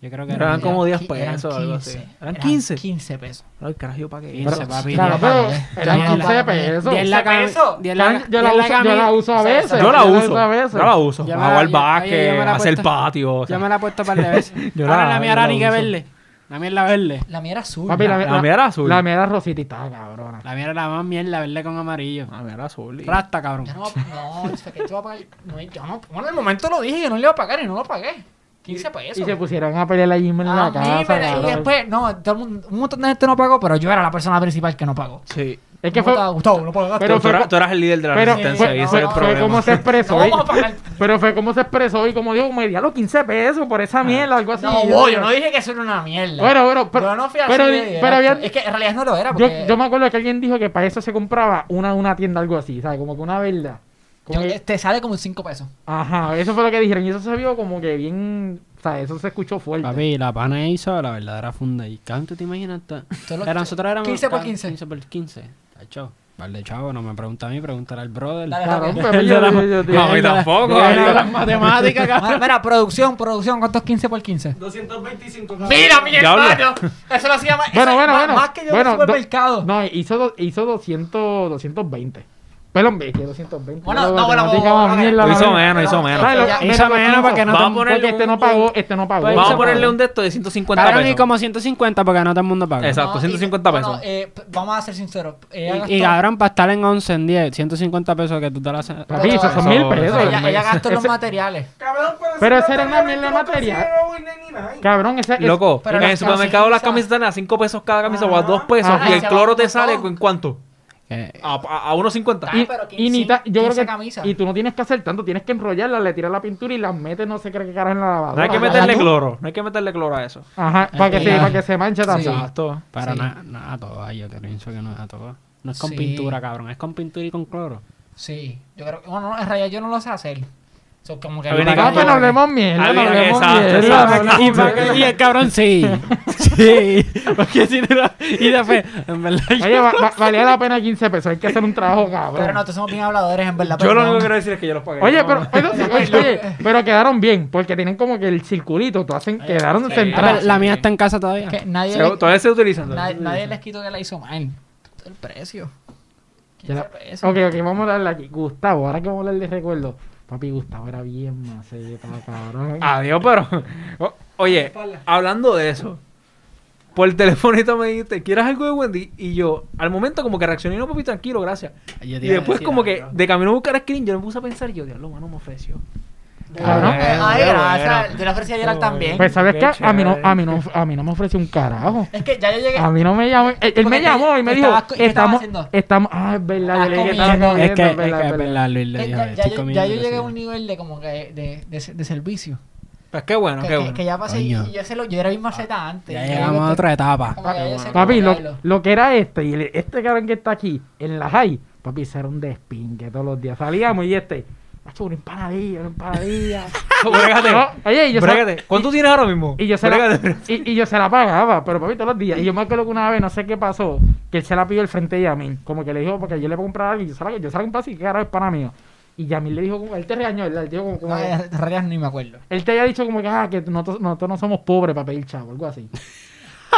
Yo Yo creo que Pero eran eran como 10 qui- pesos eran o algo así. 15, Eran 15. 15 pesos. Ay, carajo, ¿para qué? 15, papi. Claro, pero Ya eran 15 la- pesos. Diez la cami- pesos? diez la- Yo la diez la uso- yo la cami- uso a Sí, veces. Yo la Yo uso. a veces. Yo la uso. Yo Para me la- jugar yo- oye, yo básquet, me la he hacer puesto- patio. o sea, Yo me la he puesto un par [LAUGHS] de veces. Yo Ahora la- la mía yo ahora la ni que uso. verle. La mía es la verde. La mía era azul. Papi, la, ¿no? La mía era azul. La mía era rosita y estaba cabrona. La mía era la más mierda, verde con amarillo. Ah, mira, azul. y- Rasta, cabrón. Yo no, no, es que yo iba a pagar. No, yo no, bueno, en el momento lo dije, yo no le iba a pagar y no lo pagué. 15 pesos. Y se pusieron a pelear la Jimmy en A la mí casa. me- Ah, y cabrón. después, no, todo el mundo- un montón de gente no pagó, pero yo era la persona principal que no pagó. Sí. Es que ¿Cómo te fue, ha gustado? ¿Lo pagaste? Pero tú, fue eras- co- tú eras el líder de la pero resistencia fue, y ese fue- era el fue ¿eh? problema. como [LAUGHS] se No expresó. y- vamos a [LAUGHS] pagar. pero fue como se expresó y como dijo, me di a los 15 pesos por esa mierda, algo así. No, voy, yo no dije que eso era una mierda. Bueno, bueno, pero, yo no fui así. pero, de pero directo. había- Es que en realidad no lo era. yo, Ah, Porque yo me acuerdo que alguien dijo que para eso se compraba una, una tienda, algo así, ¿sabes? Como que una verdad. Como yo- que- te sale como 5 pesos. ajá, eso fue lo que dijeron y eso se vio como que bien, o sea, eso se escuchó fuerte. Papi, la pana hizo la verdadera funda. ¿Y cuánto te imaginas? ta- Todo lo- Era, nosotros éramos 15 por ah, 15. 15 por 15. Tacho. Vale, chavo, no me pregunta a mí, pregúntale al brother. Dale, Cabrón, Javier. pero yo- yo- yo- No, a mí tampoco. las matemáticas, cabrón. Mira, mira, producción, producción, ¿cuántos 15 por 15? 225 Mira, mi Diablo. hermano. Eso lo hacía más, Bueno, eso- bueno, más, bueno. más que yo bueno, en el do- supermercado. No, hizo, do- hizo 200, 220. Perdón, ve, que 220. Bueno, Yo no, la bueno, matemática bueno, va ok. mierda, Lo la hizo verdad. menos, hizo menos. ¿Sabes lo- Ya, mira hizo lo que menos hizo? para que no Vamos te- a ponerle Porque este un- no pagó, este no pagó. Vamos este a no ponerle pagó. un de estos de 150 Pagaron pesos. y como 150 porque no todo el mundo paga. Exacto, No, y- 150 bueno, pesos. eh, p- vamos a ser sinceros. eh, ella Y, y gastó- cabrón, para estar en 11, en 10, 1150 pesos que tú te la haces. Papi, esos son Eso- mil pesos. eso- ella, ella gastó los Ese- materiales. Cabrón, Pero ese ese era una material mierda que no te material. hicieron hoy, nene, ni nada. Cabrón, ese. ese- Loco, Pero en las el supermercado las camisas camisetas- están a 5 pesos cada camisa o a Ajá. 2 pesos Ajá. y Se el va cloro te un sale montón. en cuánto? Que- A, a, a unos 50. Ay, Y, pero y ni 15 ta- yo creo 15 que camisas. y tú no tienes que hacer tanto, tienes que enrollarla, le tiras la pintura y las metes no sé qué carajo en la No lavadora. hay que Ajá, meterle tú- cloro, no hay que meterle cloro a eso. Ajá, para que, se, Ajá. para que se manche también. Exacto. Pero Sí. no, no es a todo, yo pienso que no es a todo. No es con Sí. pintura, cabrón, es con pintura y [LAUGHS] con cloro. Sí, yo creo que. Bueno, no, en realidad yo no lo sé hacer. So, como que A ver, no, ni No, cómo- pero hablemos mierda, no Había- hablemos exacto, mierda. exacto. no hablemos Y, pa- mierda. y el cabrón sí. [LAUGHS] Sí. [LAUGHS] Porque si no era- Y después, en verdad. yo- Oye, va- va- valía la pena 15 pesos, hay que hacer un trabajo cabrón. pero no, tú somos bien habladores, en verdad. Yo lo perdón. único que quiero decir es que yo los pagué. Oye, No, pero, pero [LAUGHS] sí, oye, oye, pero quedaron bien, porque tienen como que el circulito, tú hacen, quedaron Ah, pero centrados. la mía está en casa todavía. Que nadie, [LAUGHS] se- le- todavía se utilizan. nadie, todavía se nadie utilizan. les quitó que la hizo mal. El precio. Ya 15 la- pesos. Ok, ok, vamos a darle aquí. Gustavo, ahora que vamos a hablar de recuerdo. Papi, Gustavo era bien maceta, cabrón. Adiós, pero. o- Oye, hablando de eso, por el telefonito me dijiste, ¿quieres algo de Wendy? Y yo, al momento, como que reaccioné, no, papi, tranquilo, gracias. Yo te Y iba a después, decir como que Ah, algo. de camino a buscar a Screen, yo me puse a pensar, y yo, diablo, mano, me ofreció. Cabrón. Eh, Ay, gracias. Yo le ofrecí ayer al también. Pues sabes Qué qué, a mí no, chévere. a mí no, a mí no me ofreció un carajo. Es que ya yo llegué. A mí no me llamó. Él, él Porque me llamó y me dijo, estabas co- ¿qué estabas estamos, haciendo? estamos, ah, es verdad, yo le dije que estaba comiendo. Es comiendo, que, es es verdad, que, es es verdad. verdad, Luis le eh, dijo, ya, ya estoy yo- comiendo, ya yo lo llegué a siento. un nivel de como que de, de, de- de servicio. Pues qué bueno, Que, qué que- bueno. que ya pasé y Coño. Ah, y yo, se lo, yo era bien maceta antes. Ya llegamos a otra etapa. Como que ya yo sé Papi, cómo lo, hacerlo. lo que era este y el- este cabrón que está aquí en la high, papi, ese era un despingue todos los días. Salíamos y este, macho, una empanadilla, una empanadilla. Brégate. No, oye, y yo, se- brégate. ¿Cuánto tienes ahora mismo? y yo se la, Brégate. y, y yo se la pagaba, pero papi, todos los días. Y yo me acuerdo que una vez, no sé qué pasó, que él se la pidió al frente de Yamil. Como que le dijo, porque yo le voy a comprar algo y yo se la, yo se la compré así, que ahora es pana mío. Y Yamil le dijo, como- él te regañó, ¿verdad? Él, dijo como, como- No, en realidad ni me acuerdo. él te había dicho como que, ah, que nosotros, nosotros no somos pobres para pedir chavo, algo así. [LAUGHS]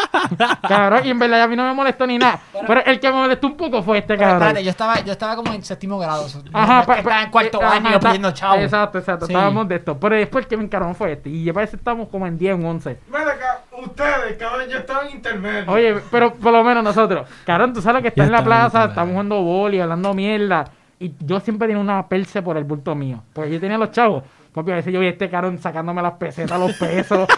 cabrón, y en verdad a mí no me molestó ni nada. Pero el que me molestó un poco fue este Pero cabrón. espérate, yo estaba, yo estaba como en séptimo grado. so- Ajá, pa- estaba pa- en cuarto eh, año ajá, está- pidiendo chavo. Exacto, exacto. Sí. Estábamos de esto. Pero después el que me encaró fue este. Y ya parece que estamos como en 10, en 11. Ven acá, ustedes, cabrón, yo estaba en intermedio. Oye, pero por lo menos nosotros. Cabrón, tú sabes lo que está Yo en la estaba en plaza, intermedio. estamos jugando boli, hablando mierda. Y yo siempre tenía una perse por el bulto mío. Porque yo tenía los chavos. Porque a veces yo vi a este cabrón sacándome las pesetas, los [LAUGHS] pesos.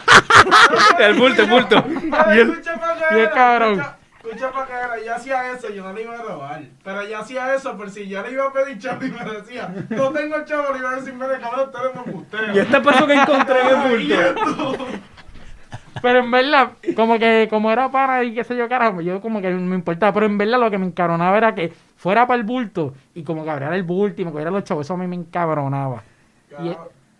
[LAUGHS] El bulto, el [LAUGHS] bulto. Pero escucha pa' que y el era, cabrón. escucha- Escucha para que era, yo hacía eso, yo no le iba a robar. Pero yo hacía eso por si yo le iba a pedir chavo y me decía, no tengo chavo, le iba a decir, mire, cabrón, ustedes me putean. Y este peso que encontré en [LAUGHS] el bulto. Pero en verdad, como que como era para y qué sé yo, carajo, pues yo como que no me importaba. Pero en verdad lo que me encabronaba era que fuera para el bulto y como que abriera el bulto y me cogiera los chavos. Eso a mí me encabronaba. Y-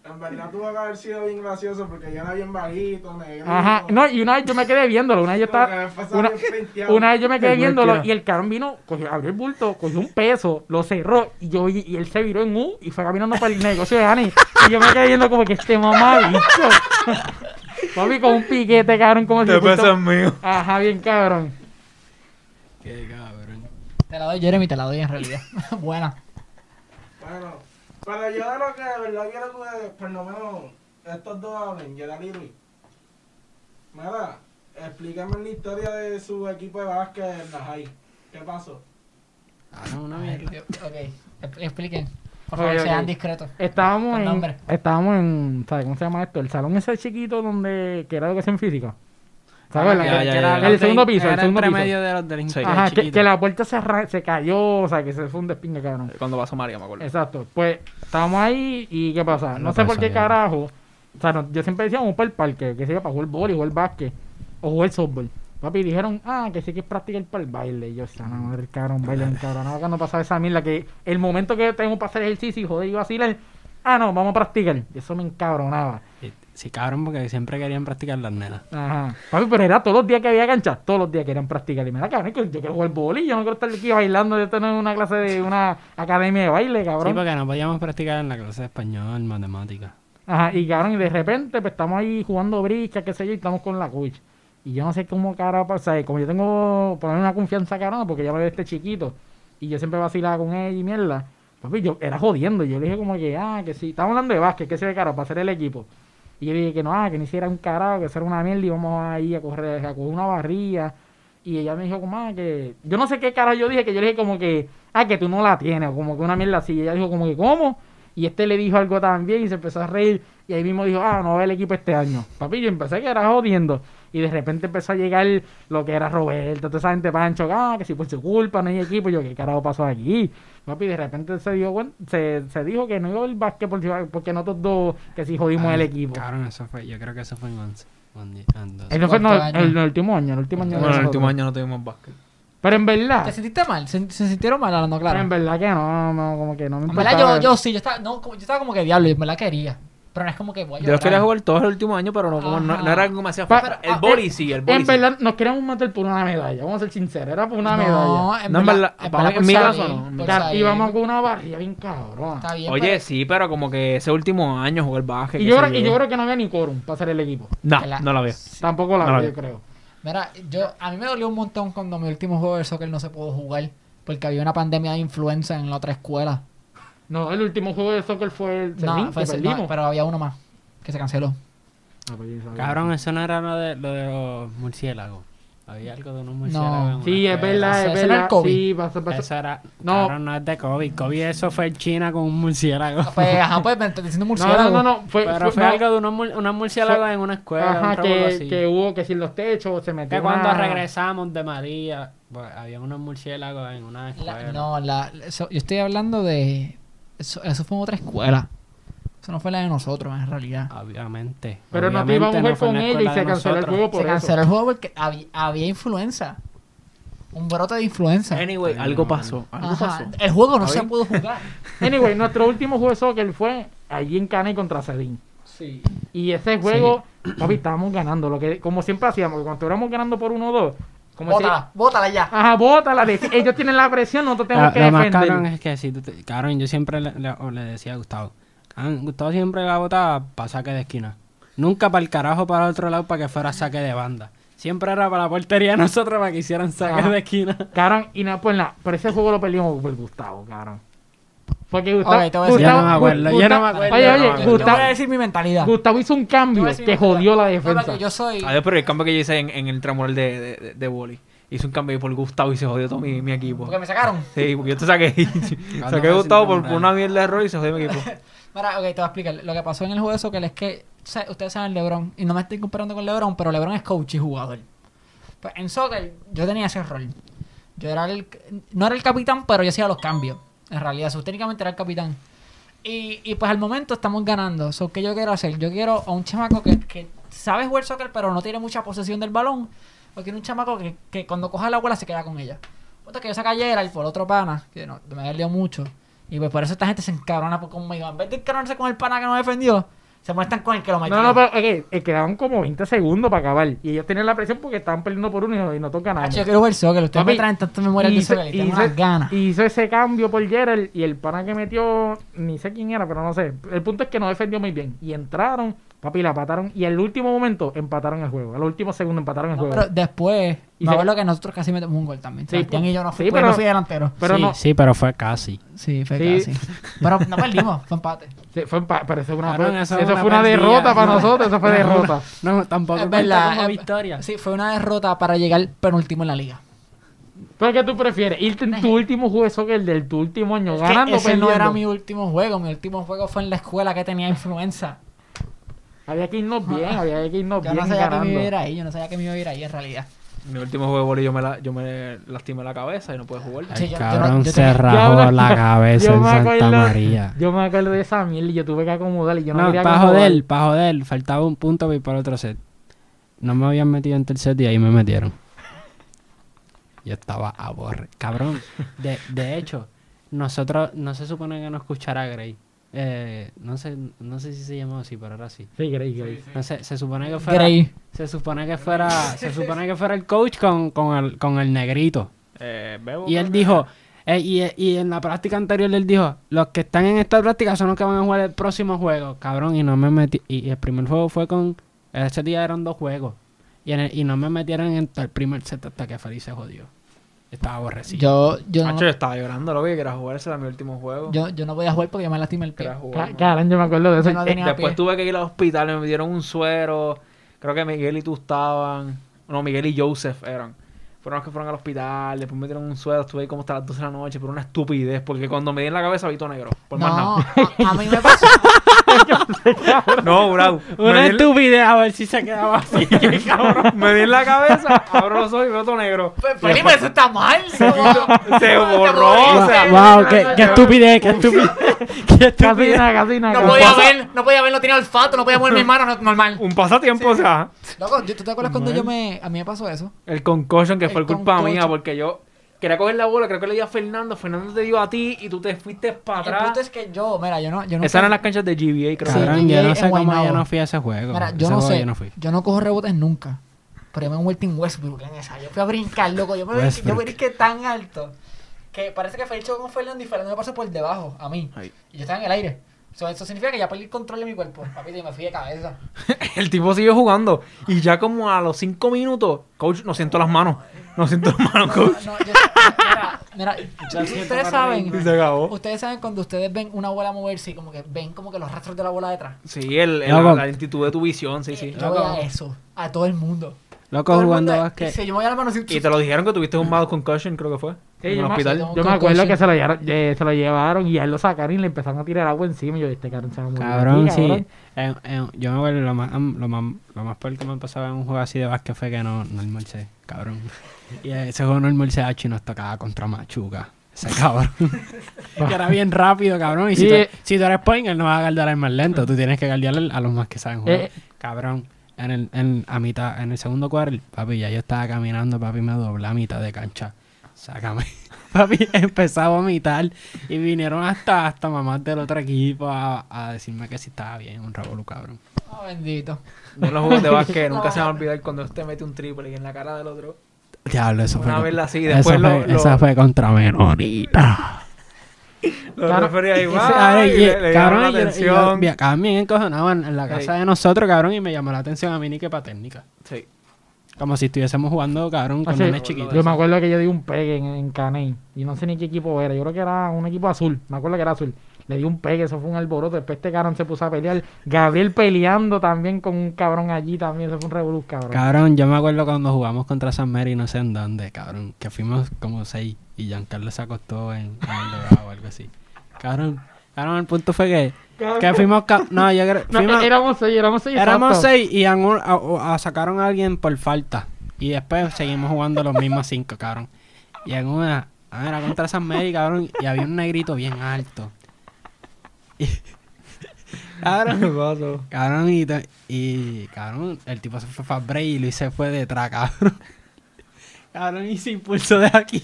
Cabrón, En verdad tuvo que haber sido bien gracioso porque yo era bien bajito, negrito. Ajá, no, y una vez yo me quedé viéndolo, una vez yo Como que estaba, me pasaba una, bien penteado. una vez yo me quedé El viéndolo bulto. y el cabrón vino, cogió, abrió el bulto, cogió un peso, lo cerró y yo vi- y él se viró en U y fue caminando para el negocio de Ani y yo me quedé viendo como que este mamá bicho. [LAUGHS] Papi, con un piquete, cabrón, como si Te fuese- pasas mío. Ajá, bien cabrón. Qué cabrón. Te la doy, Jeremy, te la doy en realidad. [LAUGHS] Buena. Bueno, pero yo de lo que de verdad quiero que ustedes, por lo menos estos dos hablen, Gerard y Luis. Mira, explícame la historia de su equipo de básquet en la high. ¿Qué pasó? Ah, no, una Ay, mierda. Dios. Ok, Ex- expliquen. Por Ok, favor, ok. sean discretos. Estábamos Con en, nombre. estábamos en, ¿sabes cómo se llama esto? El salón ese chiquito donde, que era educación física. ¿Sabes? La- Que- Ah, ya, que ya, era ya. los El de- segundo piso, el Era segundo entre piso. medio de los delincuentes Ajá, que, chiquitos. que la puerta se, ra- se cayó, o sea, que se fue un despingue, cabrón. Cuando pasó María, me acuerdo. Exacto. Pues estábamos ahí y ¿qué pasa? No, No sé por pasa qué ya. carajo. O sea, no- yo siempre decía, vamos para el parque, que se iba para jugar boli, jugar básquet o jugar softball. Papi, dijeron, ah, que sí que es practicar para el baile. Y yo, o sea, no, madre, cabrón, baile, cabrón. No, acá no pasaba esa mierda, que el momento que tengo para hacer ejercicio y joder y vacilar, ah, no, vamos a practicar. Y eso me encabronaba. Y- Sí, cabrón, porque siempre querían practicar las nenas. Ajá. Papi, pero era todos los días que había cancha, todos los días querían practicar. Y me da "Ah, cabrón, que yo quiero jugar boli, yo no quiero estar aquí bailando, yo tengo una clase de una academia de baile, Sí, cabrón. porque no podíamos practicar en la clase de español, matemática. Ajá, y cabrón, y de repente pues, estamos ahí jugando brisca, qué sé yo, y estamos con la coach. Y yo no sé cómo cara pasa, como yo tengo poner una confianza cabrón, porque ya me ve este chiquito, y yo siempre vacilaba con él y mierda. Papi, yo era jodiendo, yo le dije como que, ah, que sí, estamos hablando de básquet, que se ve caro para hacer el equipo. Y yo le dije que no, ah, que no hiciera un carajo, que eso era una mierda y vamos ahí a correr, a coger una barrilla. Y ella me dijo como, ah, que... Yo no sé qué carajo yo dije, que yo le dije como que, ah, que tú no la tienes, o como que una mierda así. Y ella dijo como que, ¿cómo? Y este le dijo algo también y se empezó a reír. Y ahí mismo dijo, ah, no va el equipo este año. Papi, yo empecé que era jodiendo. Y de repente empezó a llegar lo que era Roberto, toda esa gente Pancho, ah, que si por su culpa no hay equipo. Y yo, ¿qué carajo pasó aquí? Papi, de repente se dio cuen- se, se dijo que no iba el básquet por- porque nosotros dos, que si jodimos Ay, el equipo. Cabrón, eso fue, yo creo que eso fue en 11. Eso fue no, ¿Cuántos años? el, el último año, el último año. de Bueno, el nosotros. último año no tuvimos básquet. Pero en verdad, ¿Te sentiste mal? ¿Se, se sintieron mal hablando pero en claro? verdad que no, no, como que no me En importaba. verdad, yo, yo sí, yo estaba, no, como- yo estaba como que diablo, yo en verdad quería. Pero no es como que voy a Yo los quería llorar. jugar todos el último año, pero no, como- no, Ajá. no era algo que me hacía Pa- falta. ah, El boli sí, el boli En sí. verdad, nos queríamos matar por una medalla, vamos a ser sinceros, era por una medalla. No, en No, en verdad. verdad, en para- verdad por en mi salir, caso no, en por Car- salir. y vamos con una barriga bien cabrón. Está bien, Oye, pero- sí, pero como que ese último año jugar básquet. Y qué yo, sé creo, y yo creo que no había ni quórum para hacer el equipo. No, que la- no la veo. Tampoco la No la había, yo vi. creo. Mira, yo, a mí me dolió un montón cuando mi último juego de soccer no se pudo jugar porque había una pandemia de influenza en la otra escuela. No, el último juego de soccer fue el No, Serrín, fue que ese- no, perdimos. pero había uno más que se [LAUGHS] canceló. Ah, pues yo sabía. Cabrón, eso no era lo de, lo de los murciélagos. Había algo de unos murciélagos. en una Sí, es escuela. verdad, es Ese era el verdad. COVID. Sí, pasó, pasó. Eso era. No. Cabrón, no es de COVID. COVID, eso fue en China con un murciélago. [LAUGHS] Pues, ajá, pues me estás diciendo No, murciélago. no, no, no, Fue, Pero fue no, algo de unos, mur- unos murciélagos en una escuela. un Ajá, revolú que, así. que hubo que si en los techos se metió. Que cuando una- regresamos de María, pues, había unos murciélagos en una escuela. La- no, la, la- eso- yo estoy hablando de. Eso, eso fue en otra escuela. Eso no fue la de nosotros, en realidad. Obviamente. Pero no te Obviamente íbamos a jugar fue en con la ellos y escuela se de canceló el nosotros. juego por se eso. canceló el juego porque había, había influenza. Un brote de influenza. Anyway, Ay, algo no, pasó. Algo Ajá, pasó. El juego no se pudo [LAUGHS] jugar. Anyway, nuestro último juego de soccer fue allí en Cane contra Sedín. Sí. Y ese juego, papi, estábamos ganando. Lo que, como siempre hacíamos, que cuando estuviéramos ganando por 1 o 2, como si. Bótala, bótala ya. Ajá, bótala. de- Ellos tienen la presión, nosotros Lo, tenemos que Ah, lo más cabrón defender. es que si tú te- cabrón, yo siempre le, le- o le decía a Gustavo, "Cabrón, Gustavo siempre la botaba para saque de esquina. Nunca para el carajo para el otro lado para que fuera saque de banda. Siempre era para la portería de nosotros para que hicieran saque Ajá. de esquina. Cabrón, y no, pues nada, pero ese juego lo perdimos por Gustavo, cabrón. Porque Gustavo. Ok, te voy a decir- Gustavo- Yo no me acuerdo, yo no me acuerdo. Oye, Yo no me acuerdo. oye, Yo voy a Gustavo, decir mi mentalidad. Gustavo hizo un Yo cambio voy a decir mi que mentalidad. jodió la No, no, defensa. que yo soy. Adiós, pero el cambio que yo hice en, en el tramural de, de, de, de boli. Hice un cambio ahí por Gustavo y se jodió todo mi, mi equipo. Porque me sacaron. Sí, porque yo [LAUGHS] te saqué. [LAUGHS] saqué a fue Gustavo sin por, por tramural. una mierda de error y se jodió mi equipo. Mira, ok, te voy a explicar. Lo que pasó en el juego de soccer es que sa- ustedes saben LeBron, y no me estoy comparando con LeBron, pero LeBron es coach y jugador. Pues en soccer yo tenía ese rol. Yo era el, no era el capitán, pero yo hacía los cambios. En realidad, so, técnicamente era el capitán. Y, y pues al momento estamos ganando. So, ¿Qué yo quiero hacer? Yo quiero a un chamaco que, que sabe jugar soccer, pero no tiene mucha posesión del balón. O quiero un chamaco que, que cuando coja la bola se queda con ella. Puta que yo saca a Gerald por otro pana, que no, me había liado mucho. Y pues por eso esta gente se encabrona por- conmigo. En vez de encaronarse con el pana que nos defendió, se molestan con el que lo metió. No, no, pero ok, eh, quedaban como 20 segundos para acabar. Y ellos tenían la presión porque estaban perdiendo por uno y no, y nosotros ganamos. Hacho, yo quiero jugar soccer. Ustedes Papi, me traen tantas memorias de hizo- soccer y hizo- tengo unas ganas. hizo ese cambio por Gerald y el pana que metió, ni sé quién era, pero no sé. El punto es que no defendió muy bien. Y entraron Papi, la empataron. Y al último momento empataron el juego. Al último segundo empataron el No, juego. pero después, Y me se- acuerdo que nosotros casi metemos un gol también. Sí, Sebastián pues- y yo no fui, sí, pues, pero- no fui delantero. pero sí, no- sí, pero fue casi. Sí, fue Sí. casi. [LAUGHS] Pero no perdimos, fue empate. Sí, fue empa- pero eso fue una, Cabrón, eso eso es una fue una perdida. derrota para [LAUGHS] No. nosotros. Eso fue derrota. No, tampoco Es verdad, cuenta como es- victoria. Sí, fue una derrota para llegar penúltimo en la liga. ¿Pero qué tú prefieres? ¿Irte [LAUGHS] en tu último juego de soccer del tu último año Es que ganando o ese no perdiendo? era mi último juego. Mi último juego fue en la escuela que tenía influenza. Había que [LAUGHS] irnos bien, había que irnos Yo bien no sabía que me iba a ir ganando. ahí, yo no sabía que me iba a ir ahí en realidad. Mi último juego de vole yo me, la, yo me lastimé la cabeza y no pude jugar. Sí, El yo- yo no- cabrón yo se tenía- rajó Yo- la yo- cabeza yo en me Santa acuerdo- María. Yo me acuerdo de esa mierda y yo tuve que acomodar y yo no, No, quería para acomodar. joder, para joder. Faltaba un punto para ir para el otro set. No me habían metido en tercer set y ahí me [LAUGHS] metieron. Yo estaba a borre. Cabrón, de, de hecho, nosotros no se supone que no escuchara Grey. Eh, no sé no sé si se llamó así, pero ahora sí. Sí, Grey, Grey. No sé, se supone que fuera Grey. se supone que fuera se supone que fuera el coach con, con el, con el negrito. Eh, bebo. Y él dijo, eh, y, y en la práctica anterior él dijo, los que están en esta práctica son los que van a jugar el próximo juego, cabrón, y no me metí, y el primer juego fue con, ese día eran dos juegos, y, en el- y no me metieron en el primer set hasta que Feliz se jodió. Estaba aborrecido. Yo, yo, no, Macho, yo estaba llorando, lo que quería jugar, ese era mi último juego. yo, yo no podía jugar porque yo me lastimé el pie. Quería jugar, Ca- mano. Cabrón, yo me acuerdo de eso. Yo no Eh, tenía Después pie. tuve que ir al hospital, me dieron un suero. Creo que Miguel y tú estaban. No, Miguel y Joseph eran. Fueron los que fueron al hospital, después me dieron un suero, estuve ahí como hasta las 12 de la noche, por una estupidez, porque cuando me di en la cabeza vi todo negro. Por no, más nada. [LAUGHS] a, a mí me [LAUGHS] pasó. No, [LAUGHS] bravo. Una me, di, estupidez, a ver si se quedaba así. [LAUGHS] cabrón, me di en la cabeza, abro los ojos y veo todo negro. Felipe, eso está mal. ¿no? Se borró, wow, o sea, qué, qué estupidez, qué estupidez. [LAUGHS] qué Casi estupidez. nada, casi nada. No cabrón. podía ver, no podía ver, no tenía olfato, no podía mover mis manos no- normal. un pasatiempo, o sea. Loco, yo- ¿tú te acuerdas cuando yo me, a mí me pasó eso? El concussion que El fue culpa mía, concussion. porque yo quería coger la bola, creo que le di a Fernando, Fernando te dio a ti y tú te fuiste para El atrás. punto es que yo, mira, yo no, yo no Esas eran las canchas de GBA, creo. Sí. Cabrón, llegué yo no en sé cómo Guaynabo. yo no fui a ese juego. Mira, Ese yo no juego sé, Yo no fui. yo no cojo rebotes nunca. Pero yo me he vuelto en Westbrook en esa. Yo fui a brincar, loco. Yo me yo Westbrook. brinqué tan alto que parece que Felipe chocó con Fernando y Fernando me pasó por debajo a mí. Y yo estaba en el aire. So, eso significa que ya perdí el control de mi cuerpo. Papi, yo me fui de [LAUGHS] cabeza. [LAUGHS] El tipo siguió jugando y ya como a los cinco minutos, coach, no siento las manos. No siento las manos, No, coach. no, yo- mira, mira, ustedes saben, Y se acabó. ustedes saben cuando ustedes ven una bola moverse y como que ven como que los rastros de la bola detrás. Sí, el, el- Loco. la lentitud de tu visión, sí, sí. Yo veía eso a todo el mundo. Loco Todo el jugando mundo, básquet. y si yo me voy a la mano así, Y te lo dijeron que tuviste un mal concussion, creo que fue. Sí, en yo el me- hospital. yo- Yo me acuerdo que se lo, llevaron, eh, se lo llevaron y a él lo sacaron y le empezaron a tirar agua encima. Y yo, este cabrón se va a morir. Cabrón, aquí, sí. Eh, eh, yo me acuerdo lo más, am- lo más, lo más peor que me pasaba en un juego así de básquet fue que no, no almorcé, cabrón. [LAUGHS] Y eh, ese juego no almorcé H y nos tocaba contra Machuca. Ese [LAUGHS] cabrón. que era bien rápido, cabrón. Y si, Y, tú, eh, si tú eres point, él no va a guardar al más lento. Tú tienes que guardiar a los más que saben jugar. Eh. cabrón. En el, en, a mitad, en el segundo cuarto, papi, ya yo estaba caminando, papi, me doblé a mitad de cancha. Sácame. [LAUGHS] Papi, empezaba a vomitar y vinieron hasta, hasta mamás del otro equipo a, a decirme que si estaba bien, un revolú, cabrón. Ah, bendito. Yo en los juegos de básquet nunca se me va a olvidar cuando usted mete un triple y en la cara del otro. Diablo, eso Una fue. vez con- así, eso después lo- fue, lo- esa fue contra Menonita. Lo Claro. refería Ese- igual. ay, y le, le llamaron cabrón, y yo- la y yo- atención. vi acá bien encojonado en, en la casa de nosotros, cabrón, y me llamó la atención a mí ni que para técnica. Sí. Como si estuviésemos jugando, cabrón, con Así, un chiquito. Ah, Yo me acuerdo que yo di un pegue en, en Caney y no sé ni qué equipo era. Yo creo que era un equipo azul. Me acuerdo que era azul. Le di un pegue, eso fue un alboroto. Después este cabrón se puso a pelear. Gabriel peleando también con un cabrón allí también. Eso fue un revolú, cabrón. Cabrón, yo me acuerdo cuando jugamos contra San Mary, no sé en dónde, cabrón, que fuimos como seis y Giancarlo se acostó en, en el debajo o algo así. Cabrón, cabrón, el punto fue que, que fuimos, ca- no, yo creo, No, fuimos- éramos seis, éramos seis. éramos exacto. seis y a un- a- a- sacaron a alguien por falta y después seguimos jugando los mismos cinco, cabrón. Y en una, ah, era contra San Mary, cabrón, y había un negrito bien alto. Y- [LAUGHS] cabrón, ¿Qué pasó? Cabrón, y, te- y cabrón, el tipo se fue para break y Luis se fue detrás, cabrón. [LAUGHS] Cabrón, y se impulsó de aquí.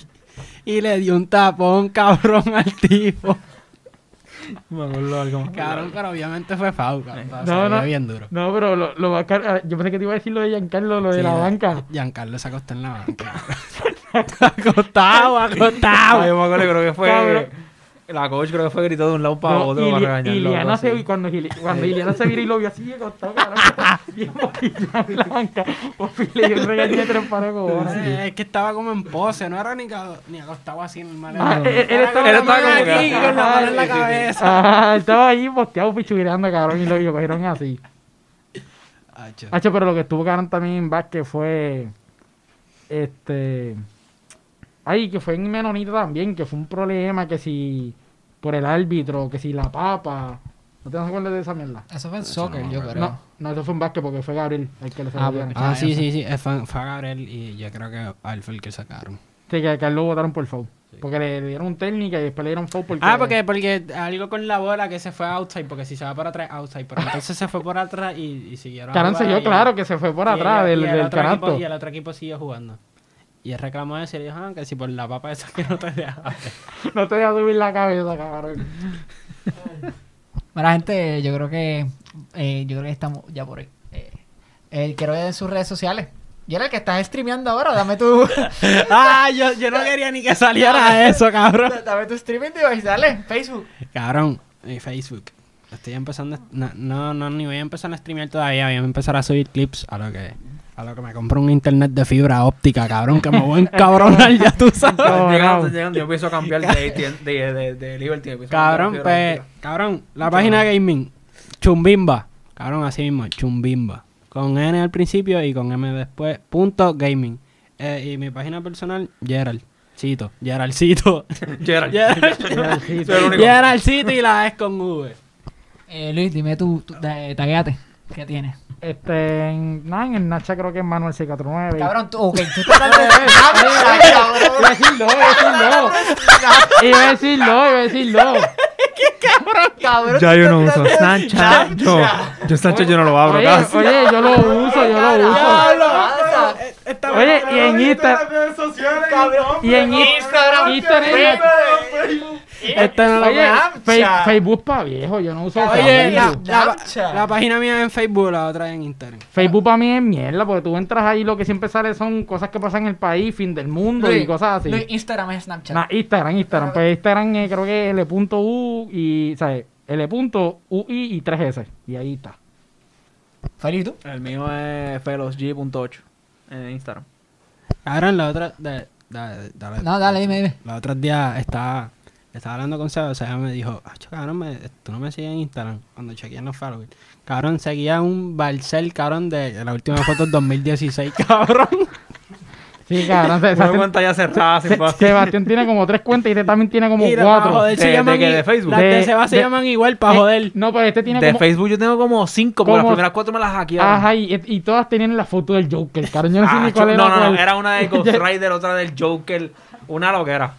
Y le dio un tapón, cabrón, al tipo. Me acuerdo algo más. Cabrón, pero obviamente fue foul, cabrón. No, No, no. bien duro. No, pero lo, lo más car- ah, Yo pensé que te iba a decir lo de Giancarlo, lo de Sí, la la- banca. Giancarlo se acostó [LAUGHS] en la banca. acostado, acostado. [LAUGHS] Ah, yo me acuerdo, creo que fue. Cabrón. La coach creo que fue gritó de un lado para No, otro para Ili- regañarlo. algo Iliana se así. vi- cuando, Ili- cuando Iliana se vira y lo vio así, acostado, cabrón. [LAUGHS] Bien boquilla blanca. Por fin le dio un regaño de tres pares de cojones. Eh, Es que estaba como en pose, no era ni, ca- ni acostado así en el Ah, él- maletón. él Era estaba- con la él estaba mano como que- aquí, con la mano en la cabeza. Ah, estaba ahí posteado pichugueando, cabrón, y lo, y lo cogieron así. Hacho. Hacho, pero lo que estuvo cabrón también en básquet fue. Este. Ay, que fue en Menonita también, que fue un problema, que si. Por el árbitro, que si la papa. ¿No te acuerdas de esa mierda? Eso fue en soccer, yo creo. No, no, eso fue en básquet porque fue Gabriel el que le Ah, salió bien. bueno. Ah, sí, sí, sí. eh, Fue, fue a Gabriel y yo creo que a él fue el que sacaron. Sí, que, que a él lo votaron por foul. Porque le, le dieron técnica y después le dieron foul porque... Ah, porque, porque algo con la bola que se fue outside, porque si se va para atrás, outside. Pero entonces se fue por atrás y, y siguieron. Carán se yo, yo, claro, que se fue por atrás del, del otro equipo- canasto. Y el otro equipo siguió jugando. Y él reclamó eso y le dijo, ah, que si por la papa esa que no te deja. [LAUGHS] No te voy a subir la cabeza, cabrón. Bueno, gente, yo creo que eh, yo creo que estamos ya por ahí. Eh, eh, quiero ver en sus redes sociales. Yo era el que estás streameando ahora, dame tu [LAUGHS] ah, yo, yo no quería ni que saliera eso, cabrón. dame tu streaming device, dale, Facebook. Cabrón, mi Facebook. Estoy empezando. No, no, no, ni voy a empezar a streamear todavía. Voy a empezar a subir clips a lo que. A lo que me compro un internet de fibra óptica, cabrón, que me voy a encabronar, ya tú sabes. No, Llegando, no. llegando, yo empiezo a cambiar de, [LAUGHS] AT&T, de, de, de Liberty. empiezo a cambiar Cabrón, de pues. Liberty. Cabrón, la página gaming. Chumbimba. Cabrón, así mismo, chumbimba. Con N al principio y con M después. Punto gaming. Eh, y mi página personal, Gerald. Cito, Geraldcito. pues. Gerald. [LAUGHS] Gerald. Soy el único. Geraldcito y la es con V. Eh, Luis, dime tú, tú da- eh, taguéate. ¿Qué tienes? Este, en, nada, en el Nacha creo que es Manuel 649. [LAUGHS] Cabrón, tú, ok, tú estás dando- Dame, cabrón. Iba a decir no, iba a decir no. Iba a decir no, iba a decir no. Ya Cabrón, tú yo estás no uso dando- Snapchat. Yo, yo Snapchat yo no lo abro Oye, casi. oye, yo lo uso, yo lo uso. Cabrón, pasa. Oye, y en Instagram... redes sociales, Y en Instagram... Instagram ¿Eh? Este no lo oye, veo. Fe- Facebook para viejo, yo no uso Oye, la, Facebook. la- Snapchat. la página mía es en Facebook, la otra es en Instagram. Facebook para mí es mierda, porque tú entras ahí lo que siempre sale son cosas que pasan en el país, fin del mundo y Luis, cosas así. Luis, Instagram es Snapchat. Nah, Instagram, Instagram. Pues Instagram eh, creo que es L.U y, ¿sabes? L.UI y 3S. Y ahí está. Feliz tú. El mío es felosg.8 en Instagram. Cabrón, la otra. da- da- dale. No, dale, dime, dime. La otra día estaba, estaba hablando con Seba, o sea, me dijo, "Acho, cabrón, me- tú no me sigues en Instagram cuando chequeé en los followers. Cabrón, seguía un Barcel, cabrón, de la última foto del 2016, cabrón. Sí, [LAUGHS] cabrón. se- Una Sebastián, cuenta ya cerrada, sin se- paso. Sebastián tiene como tres cuentas y este también tiene como Y cuatro. para joder, se ¿De- de llaman qué? i- ¿De Facebook? Las de, De- Seba se de- llaman igual para Eh, joder. No, pero este tiene De como... Facebook yo tengo como 5, porque ¿Cómo? las primeras 4 me las hackearon. Ajá, y, y todas tienen la foto del Joker, cabrón. Yo no sé Ah, ni cuál chu- era no, no, no, cuál. era una [LAUGHS] de Ghost Rider, otra del Joker. Una loquera.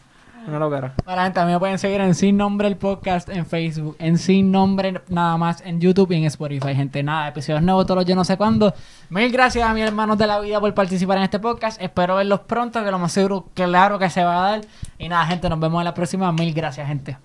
Una loquera. Para gente, también pueden seguir en Sin Nombre el podcast en Facebook, en Sin Nombre nada más en YouTube y en Spotify, gente. Nada, episodios nuevos todos los yo no sé cuándo. Mil gracias a mis hermanos de la vida por participar en este podcast. Espero verlos pronto, que lo más seguro, claro que se va a dar. Y nada, gente, nos vemos en la próxima. Mil gracias, gente.